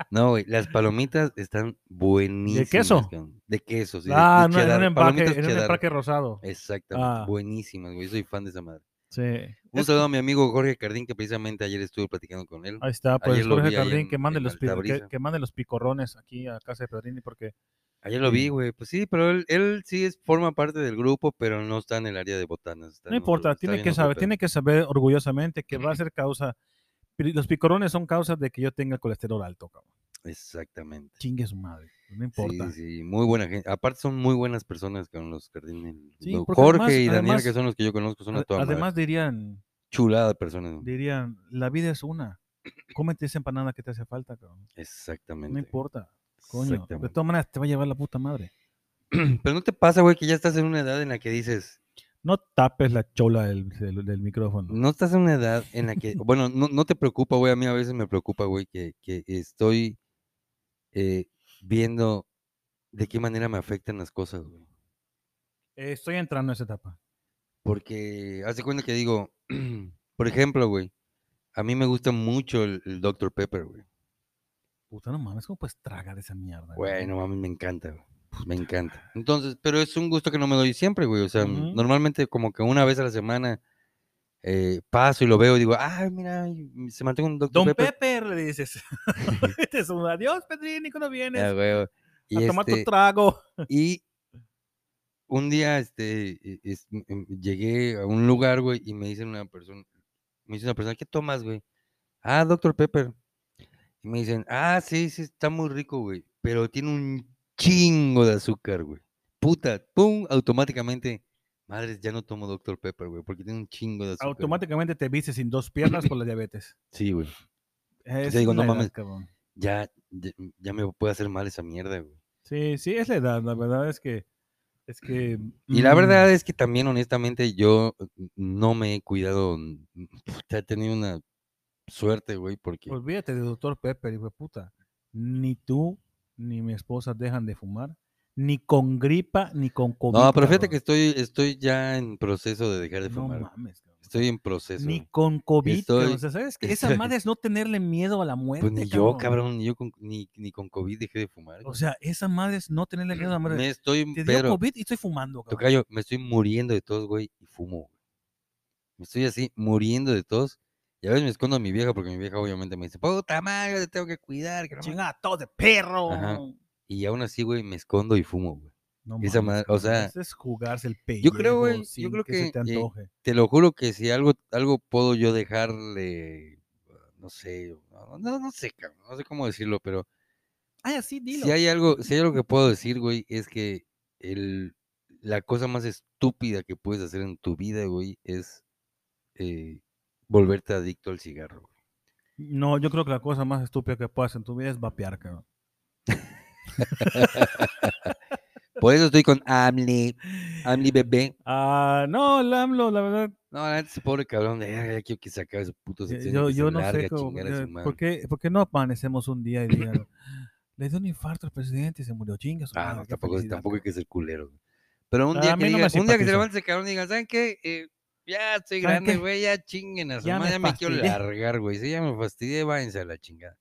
S3: no, güey, las palomitas están buenísimas.
S2: queso?
S3: cabrón, De queso, sí. de- de
S2: Ah, no, en
S3: cheddar,
S2: un empaque,
S3: palomitas
S2: en un
S3: cheddar,
S2: empaque rosado.
S3: Exactamente,
S2: Ah.
S3: buenísimas, güey. Yo soy fan de esa madre.
S2: Sí.
S3: Un
S2: Es-
S3: saludo a mi amigo Jorge Cardín, que precisamente ayer estuve platicando con él.
S2: Ahí está,
S3: Ayer
S2: pues
S3: lo
S2: Jorge
S3: vi ahí
S2: Cardín,
S3: en-
S2: que mande,
S3: en
S2: los, pi- que,
S3: Altabrisa.
S2: que mande los picorrones aquí a casa de Pedrini, porque
S3: Ayer lo vi,
S2: sí.
S3: güey. Pues sí, pero él, él sí es, forma parte del grupo, pero no está en el área de botanas. está
S2: no
S3: en otro-
S2: importa,
S3: está
S2: tiene
S3: en
S2: que,
S3: otro
S2: saber,
S3: pedo.
S2: tiene que saber orgullosamente que va a ser causa. pri- Los picorrones son causa de que yo tenga colesterol alto, cabrón.
S3: Exactamente.
S2: Chingue su madre, pues, no importa.
S3: Sí, sí, muy buena gente. Aparte son muy buenas personas con los jardines.
S2: Sí,
S3: Lo-
S2: porque
S3: Jorge
S2: además-
S3: y Daniel, que
S2: además-
S3: son los que yo conozco, son a
S2: Ade-
S3: toda madre. Mm.
S2: Además dirían,
S3: Chulada de personas. güey.
S2: dirían, la vida es una. Cómete esa empanada que te hace falta, cabrón.
S3: Exactamente.
S2: No importa, coño. De
S3: exactamente.
S2: todas maneras te va a llevar la puta madre.
S3: Pero no te pasa, güey, que ya estás en una edad en la que dices,
S2: No tapes la chola del, del- del micrófono.
S3: no estás en una edad en la que, bueno, no, no te preocupa, güey, a mí a veces me preocupa, güey, que, que estoy eh, viendo de qué manera me afectan las cosas, güey.
S2: Eh, estoy entrando en esa etapa.
S3: Porque hace cuenta que digo, por ejemplo, güey, a mí me gusta mucho el, el Dr. Pepper, güey.
S2: Puta, no mames, ¿cómo puedes tragar esa mierda?
S3: Güey, no mames, me encanta, güey. Me encanta. Entonces, pero es un gusto que no me doy siempre, güey. O sea,
S2: Ujú.
S3: normalmente como que una vez a la semana eh, paso y lo veo y digo, ay, mira, ay, m- se mantiene un Dr.
S2: Don
S3: Pepper".
S2: Pepper, le dices. este es un adiós, Pedrini, cuando vienes
S3: Ah, güey, güey.
S2: a
S3: Y,
S2: tomar tu
S3: este,
S2: trago.
S3: y un día este, e- es- m- m- llegué a un lugar, güey, y me dice una persona, me dice una persona, ¿qué tomas, güey? Ah, Dr. Pepper. Y me dicen, ah, sí, sí, está muy rico, güey, pero tiene un chingo de azúcar, güey. Puta, pum, automáticamente, madres, ya no tomo Dr. Pepper, güey, porque tiene un chingo de azúcar. güey".
S2: Automáticamente te viste sin dos piernas por la diabetes.
S3: Sí, güey,
S2: Es
S3: digo,
S2: la
S3: no
S2: edad,
S3: mames.
S2: cabrón.
S3: ya, ya, ya me puede hacer mal esa mierda, güey.
S2: Sí, sí, es la edad. La verdad es que. Es que.
S3: Y la verdad
S2: mm,
S3: es que también, honestamente, yo eh, no me he cuidado, n- n- puta, he tenido una suerte, güey, porque...
S2: Olvídate de Dr. Pepper, hijo de puta. Ni tú ni mi esposa dejan de fumar. Ni con gripa, ni con COVID.
S3: No, pero fíjate que
S2: cabrón.
S3: estoy, estoy ya en proceso de dejar de fumar.
S2: No
S3: güey.
S2: mames, cabrón.
S3: Estoy en proceso.
S2: Ni
S3: güey.
S2: con COVID, cabrón.
S3: Estoy-
S2: O sea, ¿sabes qué? Esa
S3: estoy-
S2: madre es no tenerle miedo a la muerte,
S3: Pues ni yo, cabrón, ni yo con, ni, ni con COVID dejé de fumar.
S2: O
S3: güey.
S2: sea, esa madre es no tenerle miedo a la muerte.
S3: me estoy,
S2: Pues, Te dio
S3: Pedro,
S2: COVID y estoy fumando, cabrón.
S3: tocayo, me estoy muriendo de tos, güey, y fumo, güey. Me estoy así, muriendo de tos. Y a veces me escondo a mi vieja porque mi vieja obviamente me dice, puta madre, te tengo que cuidar. que la madre".
S2: Chingada, todo de perro.
S3: Ajá. Y aún así, güey, me escondo y fumo, güey.
S2: No
S3: Esa
S2: mames,
S3: madre, o
S2: cabrón,
S3: sea,
S2: eso es jugarse el pellejo.
S3: yo creo, güey, yo
S2: sin
S3: creo
S2: se
S3: que,
S2: te
S3: eh,
S2: antoje.
S3: Te lo juro que si algo, algo puedo yo dejarle, no sé, no, no- no sé, cabrón, no sé cómo decirlo, pero
S2: Ay, así Ah, dilo.
S3: Si hay algo, si hay algo que puedo decir, güey, es que el, la cosa más estúpida que puedes hacer en tu vida, güey, es eh, volverte adicto al cigarro. güey.
S2: No, yo creo que la cosa más estúpida que puedas en tu vida es vapear, cabrón.
S3: Por eso estoy con Amli, Amli bebé.
S2: Ah, no, el AMLO, la verdad.
S3: No, la neta, ese pobre cabrón, de, "Ay, ya quiero que se acabe su puto
S2: eh,
S3: sexenio,
S2: Yo,
S3: que se
S2: yo no
S3: largue
S2: sé
S3: a
S2: cómo.
S3: chingar a
S2: eh,
S3: su madre".
S2: ¿por, qué, por qué no amanecemos un día y digan, le dio un infarto al presidente y se murió chingas?
S3: Ah, no, tampoco, tampoco hay que ser culero. güey. Pero un
S2: A
S3: día,
S2: mí
S3: que
S2: no me
S3: diga- un día que se
S2: simpatiza.
S3: levante ese cabrón y digan, ¿saben qué? Eh, ya estoy
S2: ¿Saben
S3: grande,
S2: qué?
S3: güey, ya chinguen a su
S2: Ya
S3: madre,
S2: me
S3: ya me quiero
S2: fastidié".
S3: largar, güey. Si ya me fastidié, váyanse a la chingada.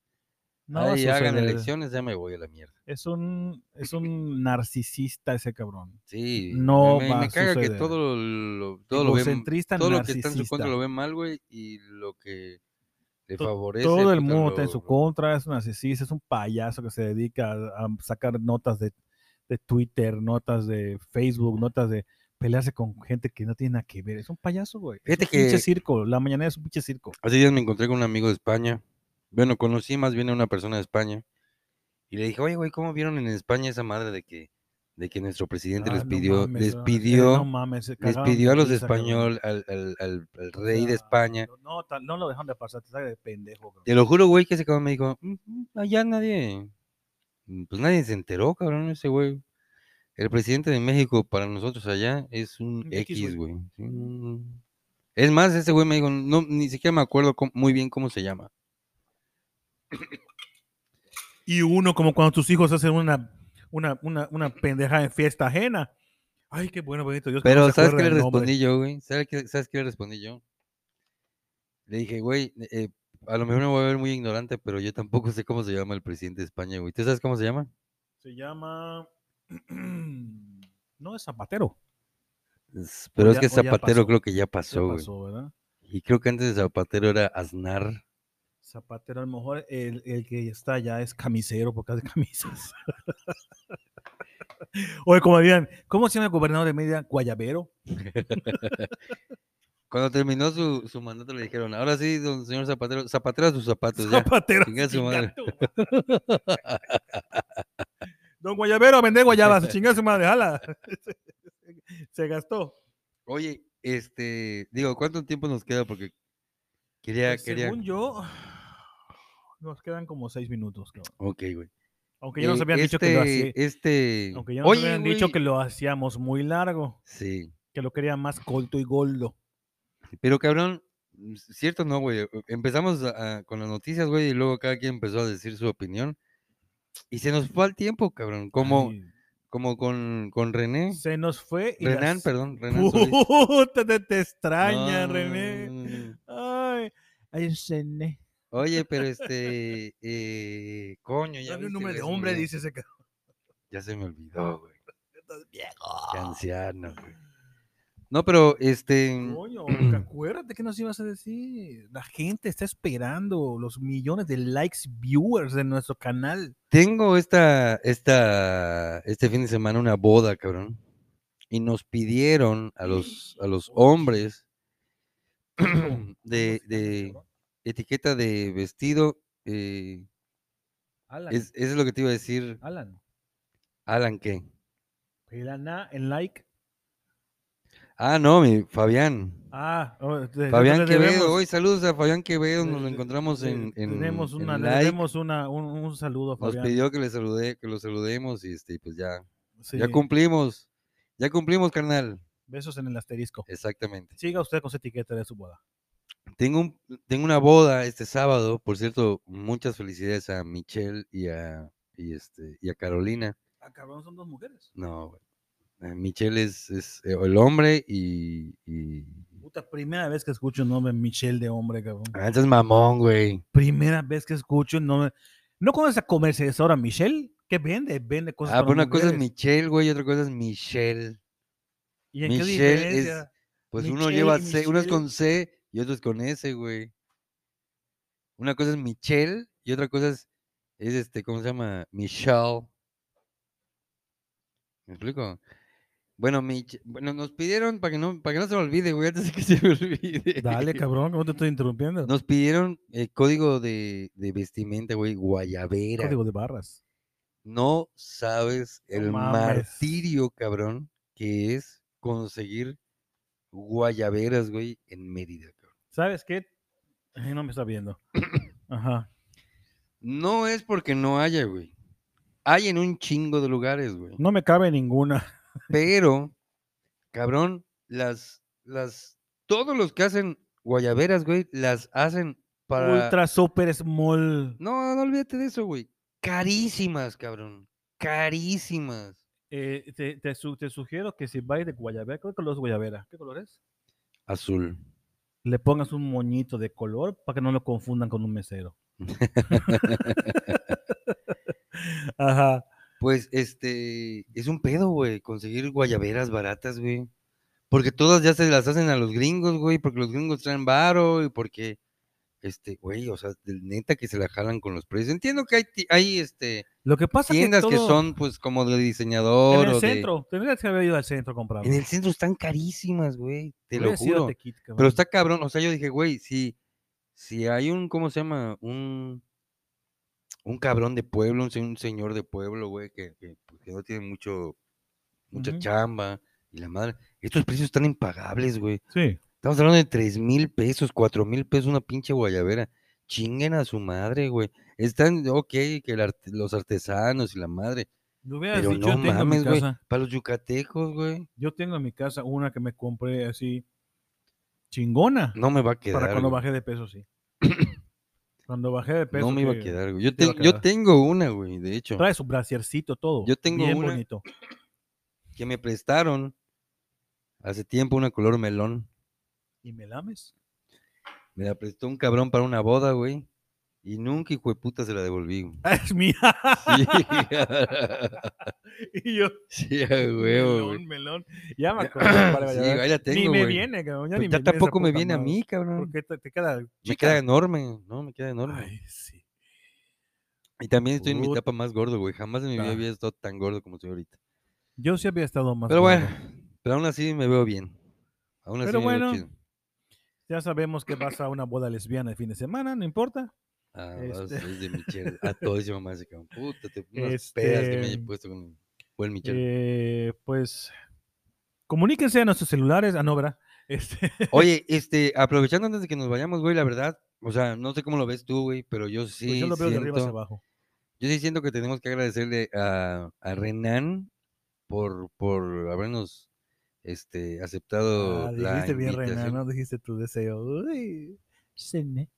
S2: No,
S3: Ay,
S2: eso
S3: hagan
S2: se le-
S3: elecciones, ya me voy a la mierda.
S2: Es un, es un narcisista ese cabrón.
S3: Sí,
S2: No
S3: me,
S2: va
S3: me
S2: a
S3: caga que
S2: suceder.
S3: todo lo, todo lo ven,
S2: Egocentrista,
S3: todo lo que está en su
S2: narcisista.
S3: contra lo ven mal, güey, y lo que le
S2: To-
S3: favorece.
S2: Todo el
S3: puta,
S2: mundo está en
S3: lo-
S2: su contra, es un narcisista, es un payaso que se dedica a, a sacar notas de, de Twitter, notas de Facebook, notas de pelearse con gente que no tiene nada que ver. Es un payaso, güey. Es
S3: Fíjate
S2: un pinche
S3: que-
S2: circo. La mañana es un pinche circo.
S3: Hace días me encontré con un amigo de España. Bueno, conocí más bien a una persona de España. Y le dije, oye, güey, ¿cómo vieron en España esa madre de que, de que nuestro presidente
S2: Ah,
S3: les
S2: no
S3: pidió,
S2: mames,
S3: les
S2: ah, eh,
S3: pidió,
S2: no mames, se
S3: les
S2: cagaron
S3: pidió
S2: de
S3: a los de
S2: risa, cabrón.
S3: español, al, al, al- al
S2: O
S3: rey de
S2: sea,
S3: España,
S2: No, ta- no lo dejan de pasar, te saca de pendejo. cabrón.
S3: Te lo juro, güey, que ese cabrón me dijo, "Mm, mm, allá nadie, mm, pues nadie se enteró, cabrón, ese güey. El presidente de México para nosotros allá es un
S2: Un X,
S3: X,
S2: güey. Mm.
S3: güey. sí, no, no". Es más, ese güey me dijo, no, ni siquiera me acuerdo cómo- muy bien cómo se llama.
S2: Y uno, como cuando tus hijos hacen una, una, una, una pendeja en fiesta ajena. Ay, qué bueno, bonito Dios. que no
S3: Pero
S2: se
S3: ¿sabes qué
S2: acuerda
S3: le
S2: el nombre.
S3: respondí yo, güey? ¿Sabes qué, sabes qué le respondí yo? Le dije, güey, eh, a lo mejor me voy a ver muy ignorante, pero yo tampoco sé cómo se llama el presidente de España, güey. ¿Tú sabes cómo se llama?
S2: Se llama. No es Zapatero.
S3: Es- Pero es
S2: ya-
S3: que
S2: o ya
S3: Zapatero
S2: pasó.
S3: creo que ya
S2: Ya
S3: pasó, güey.
S2: pasó, ¿verdad?
S3: Y creo que antes de Zapatero era Aznar.
S2: Zapatero, a lo mejor el, el que está allá es camisero porque hace camisas. Oye, como dirían, ¿cómo se llama el gobernador de Mérida? Guayabero.
S3: Cuando terminó su, su mandato le dijeron, ahora sí, don señor Zapatero, Zapatero a sus zapatos ya.
S2: Zapatero.
S3: Chinga su madre.
S2: chinga tu madre. Don Guayabero, vende guayabas, chinga su madre, jala. Se gastó.
S3: Oye, este, digo, ¿cuánto tiempo nos queda? Porque quería,
S2: Pues,
S3: quería.
S2: Según yo, nos quedan como seis minutos. cabrón.
S3: Ok, güey.
S2: Aunque ya nos
S3: Eh,
S2: habían dicho que lo hacía.
S3: este, este.
S2: Aunque ya nos
S3: Oye,
S2: habían dicho
S3: güey,
S2: que lo hacíamos muy largo,
S3: Sí.
S2: que lo quería más colto y goldo.
S3: Pero cabrón, mm, cierto no, güey. eh, Empezamos a- a- con las noticias, güey, y luego cada quien empezó a decir su opinión. Y se nos fue al tiempo, cabrón. Como,
S2: Ay,
S3: como con, con René.
S2: se nos fue y
S3: Renan,
S2: las-
S3: perdón, Renan Solís.
S2: Puta, te, te extraña,
S3: No,
S2: René.
S3: no, no, no, no.
S2: Ay, ay, René.
S3: Oye, pero este, eh, coño, ya.
S2: Dame un nombre de
S3: viste, güey, se me
S2: hombre,
S3: olvidó.
S2: dice ese cabrón.
S3: Ya se me olvidó, güey.
S2: Estás
S3: Qué
S2: viejo.
S3: anciano, güey. No, pero este,
S2: Coño, Luca, acuérdate que nos ibas a decir. La gente está esperando los millones de likes, viewers de nuestro canal.
S3: tengo esta, esta, este fin de semana una boda, cabrón. Y nos pidieron a los, a los hombres de, de etiqueta de vestido. eh,
S2: Alan,
S3: es, eso es lo que te iba a decir,
S2: Alan,
S3: Alan, ¿qué?
S2: Pelana en like.
S3: Ah, no, mi Fabián.
S2: Ah, oh, de- de-
S3: Fabián
S2: le
S3: Quevedo,
S2: debemos-
S3: hoy saludos a Fabián Quevedo,
S2: le-
S3: nos lo
S2: le-
S3: encontramos
S2: le-
S3: en, en,
S2: tenemos
S3: en
S2: una, le
S3: Like,
S2: debemos una- un, un saludo a
S3: nos
S2: Fabián.
S3: pidió que le salude, que lo saludemos y este, pues ya,
S2: Sí,
S3: ya cumplimos, ya cumplimos, carnal,
S2: besos en el asterisco.
S3: exactamente.
S2: Siga usted con su etiqueta de su boda.
S3: Tengo un, tengo una boda este sábado, por cierto, muchas felicidades a Michelle y a y este y a Carolina.
S2: Ah, cabrón, son dos mujeres.
S3: No, güey, eh, Michelle es, es, eh, el hombre y, y...
S2: Puta, primera vez que escucho un nombre Michelle de hombre, cabrón.
S3: Ah, ese es mamón, güey.
S2: Primera vez que escucho un nombre. ¿No conoces a comercializadora Michelle? ¿Qué vende? Vende cosas
S3: Ah,
S2: para
S3: pero una cosa es
S2: Pues mujeres.
S3: Michelle, güey, y otra cosa es Michelle.
S2: ¿Y en qué
S3: Michelle es-
S2: diferencia?
S3: Pues uno
S2: Michelle
S3: lleva
S2: y
S3: C, uno es
S2: Michelle.
S3: con C y otro es con S, güey. Una cosa es Michelle y otra cosa es, es este, ¿cómo se llama? Michelle. ¿Me explico? Bueno, mi ch- bueno, nos pidieron para que no, para que no se me olvide, güey, antes de que se me olvide.
S2: Dale, cabrón, que no te estoy interrumpiendo.
S3: Nos pidieron el código de, de vestimenta, güey, guayabera.
S2: Código de barras.
S3: No sabes
S2: No
S3: el
S2: mames.
S3: martirio, cabrón, que es conseguir guayaberas, güey, en Mérida, cabrón.
S2: ¿Sabes qué? Ay, no me está viendo. Ajá.
S3: No es porque no haya, güey. Hay en un chingo de lugares, güey.
S2: No me cabe ninguna.
S3: Pero, cabrón, las, las, todos los que hacen guayaberas, güey, las hacen para...
S2: Ultra super small.
S3: No, no olvídate de eso, güey. Carísimas, cabrón. Carísimas.
S2: Eh, te, te su- te sugiero que si vais de guayabera, ¿qué color es guayabera? ¿Qué color es?
S3: Azul.
S2: Le pongas un moñito de color para que no lo confundan con un mesero. Ajá.
S3: Pues, este, es un pedo, güey, conseguir guayaberas baratas, güey. Porque todas ya se las hacen a los gringos, güey, porque los gringos traen varo y porque, este, güey, o sea, de- neta que se la jalan con los precios. Entiendo que hay, ti- hay este,
S2: Lo que pasa
S3: tiendas
S2: es
S3: que,
S2: que, todo-
S3: son, pues, como de diseñador
S2: en
S3: o
S2: el
S3: de-
S2: centro. Tendrías que haber ido al centro a comprar.
S3: En el centro están carísimas, güey, te lo
S2: Hubieras ido a
S3: juro.
S2: Tequit, cabrón.
S3: Pero está cabrón, o sea, yo dije, güey, si, si hay un, ¿cómo se llama? Un, un cabrón de pueblo, un, se- un señor de pueblo, güey, que, que, pues, que no tiene mucho, mucha
S2: Ujú.
S3: chamba y la madre. Estos precios están impagables, güey.
S2: Sí.
S3: Estamos hablando de tres mil pesos, cuatro mil pesos, una pinche guayabera. Chinguen a su madre, güey. Están, ok, que el arte- los artesanos y la madre.
S2: Lo hubieras
S3: Pero
S2: dicho,
S3: no
S2: yo tengo en mi
S3: mames, güey.
S2: casa.
S3: Para los yucatecos, güey.
S2: Yo tengo en mi casa una que me compré así chingona.
S3: No me va a quedar.
S2: para cuando
S3: güey.
S2: bajé de peso, sí. cuando bajé de peso.
S3: no me iba a
S2: que
S3: quedar, güey. Yo,
S2: te iba a
S3: ten- yo
S2: quedar.
S3: tengo una, güey, de hecho.
S2: Trae su brasiercito todo.
S3: Yo tengo
S2: bien
S3: una-
S2: bonito.
S3: que me prestaron hace tiempo una color melón.
S2: ¿Y me lames?
S3: Me la prestó un cabrón para una boda, güey. Y nunca, hijo de puta, se la devolví. güey.
S2: Ah, Es mía.
S3: Sí,
S2: y yo.
S3: sí, a huevo, güey.
S2: melón, melón. Ya me acuerdo. vale, vale,
S3: Sí,
S2: vale.
S3: ahí la tengo,
S2: ni me
S3: güey.
S2: viene, cabrón. Ya
S3: Pues
S2: ni
S3: ya
S2: viene esa
S3: tampoco me
S2: puta
S3: viene a
S2: madre.
S3: mí, cabrón.
S2: Porque te, te queda.
S3: Me
S2: chica.
S3: queda enorme, ¿no? Me queda enorme.
S2: Ay, sí.
S3: y también estoy en mi
S2: puta.
S3: etapa más gordo, güey. Jamás en mi vida
S2: Ah.
S3: había estado tan gordo como estoy ahorita.
S2: Yo sí había estado más.
S3: Pero
S2: gordo.
S3: bueno, pero aún así me veo bien. Aún así
S2: Pero
S3: me veo
S2: bueno,
S3: chido.
S2: Ya sabemos que vas a una boda lesbiana el fin de semana, no importa.
S3: Ah,
S2: este-
S3: vas, soy de Michelle. Ah, A todo ese mamá se cabrón. Puta, te unas pedas que me
S2: Este,
S3: haya puesto con el buen Michelle.
S2: Eh, pues comuníquense a nuestros celulares. Ah, no, ¿verdad? Este,
S3: Oye, este, aprovechando antes de que nos vayamos, güey, la verdad, o sea, no sé cómo lo ves tú, güey, pero yo sí
S2: pues yo lo veo de arriba hacia
S3: siento,
S2: abajo.
S3: yo sí siento que tenemos que agradecerle a, a Renan por, por habernos, este, aceptado
S2: Ah,
S3: la
S2: dijiste bien, Reina,
S3: invitación.
S2: ¿no? Dijiste tu deseo. Uy, cené.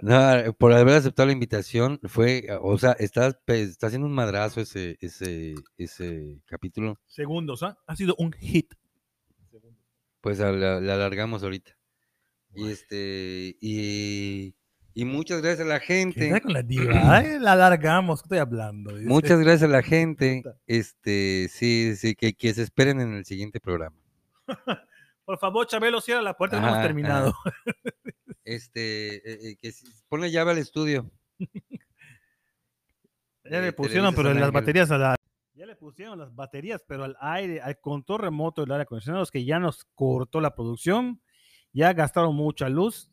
S3: No, por haber aceptado la invitación, fue, ah, o sea, está, pe- está haciendo un madrazo ese, ese, ese capítulo,
S2: Segundos, ¿ah? Ha sido un hit.
S3: pues a la, la alargamos ahorita. Y
S2: Guay.
S3: este, y, y muchas gracias a la
S2: ¿Qué
S3: gente.
S2: tal con la diva? Ay, la alargamos, ¿qué estoy hablando? Dice.
S3: Muchas gracias a la gente.
S2: Puta.
S3: Este, sí, sí, que, que se esperen en el siguiente programa.
S2: Por favor, Chabelo, cierra la puerta, que no
S3: Ajá,
S2: hemos terminado.
S3: Este, eh, eh, que s- ponle llave al estudio.
S2: Ya
S3: Eh,
S2: le pusieron,
S3: Televisa
S2: pero
S3: San
S2: las
S3: Ángel.
S2: baterías a la... Ya le pusieron las baterías, pero al aire, al control remoto del aire acondicionado, es que ya nos cortó la producción, ya gastaron mucha luz,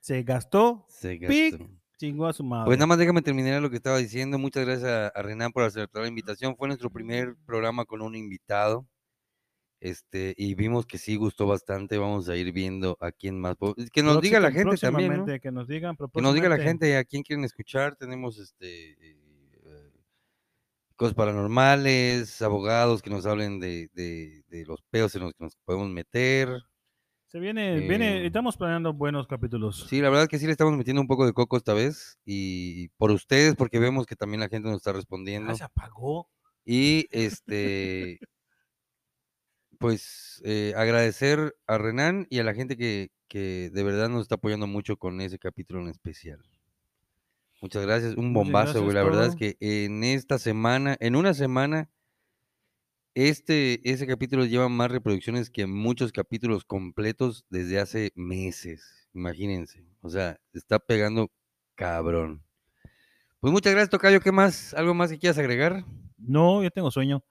S2: se gastó,
S3: Se
S2: Pic.
S3: gastó.
S2: chingó a su madre.
S3: Pues nada más déjame terminar lo que estaba diciendo. Muchas gracias a, a Renan por aceptar la invitación. Fue nuestro primer programa con un invitado. Este, y vimos que sí gustó bastante. Vamos a ir viendo a quién más. po- Que nos diga la
S2: Próxima-
S3: gente también. ¿no?
S2: próximamente, Que nos digan, pero
S3: Que nos diga la
S2: próximamente-
S3: gente a quién quieren escuchar. Tenemos este eh, cosas paranormales, abogados que nos hablen de, de- de los peos en los que nos podemos meter.
S2: Se viene, viene,
S3: Eh,
S2: estamos planeando buenos capítulos.
S3: Sí, la verdad que sí le estamos metiendo un poco de coco esta vez. Y por ustedes, porque vemos que también la gente nos está respondiendo.
S2: Ah, se apagó.
S3: Y este, pues eh, agradecer a Renan y a la gente que, que de verdad nos está apoyando mucho con ese capítulo en especial. Muchas gracias,
S2: Muchas
S3: un bombazo, güey.
S2: gracias,
S3: La verdad es
S2: todo.
S3: que en esta semana, en una semana, este, ese capítulo lleva más reproducciones que muchos capítulos completos desde hace meses. Imagínense. O sea, está pegando cabrón. Pues muchas gracias, Tocayo. ¿Qué más? ¿Algo más que quieras agregar?
S2: No, yo tengo sueño.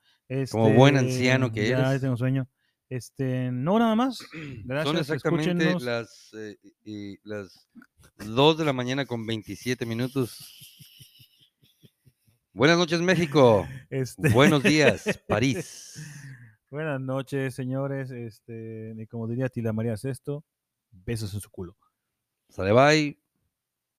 S3: Como buen
S2: Este,
S3: anciano que
S2: ya
S3: eres.
S2: tengo sueño. Este, no, nada más. Gracias.
S3: Son exactamente
S2: escúchenos.
S3: las, eh, y- las 2 de la mañana con 27 minutos. Buenas noches, México.
S2: Este,
S3: Buenos días, París.
S2: Buenas noches, señores. Este, y como diría Tila María Sexto, besos en su culo.
S3: Sale, bye.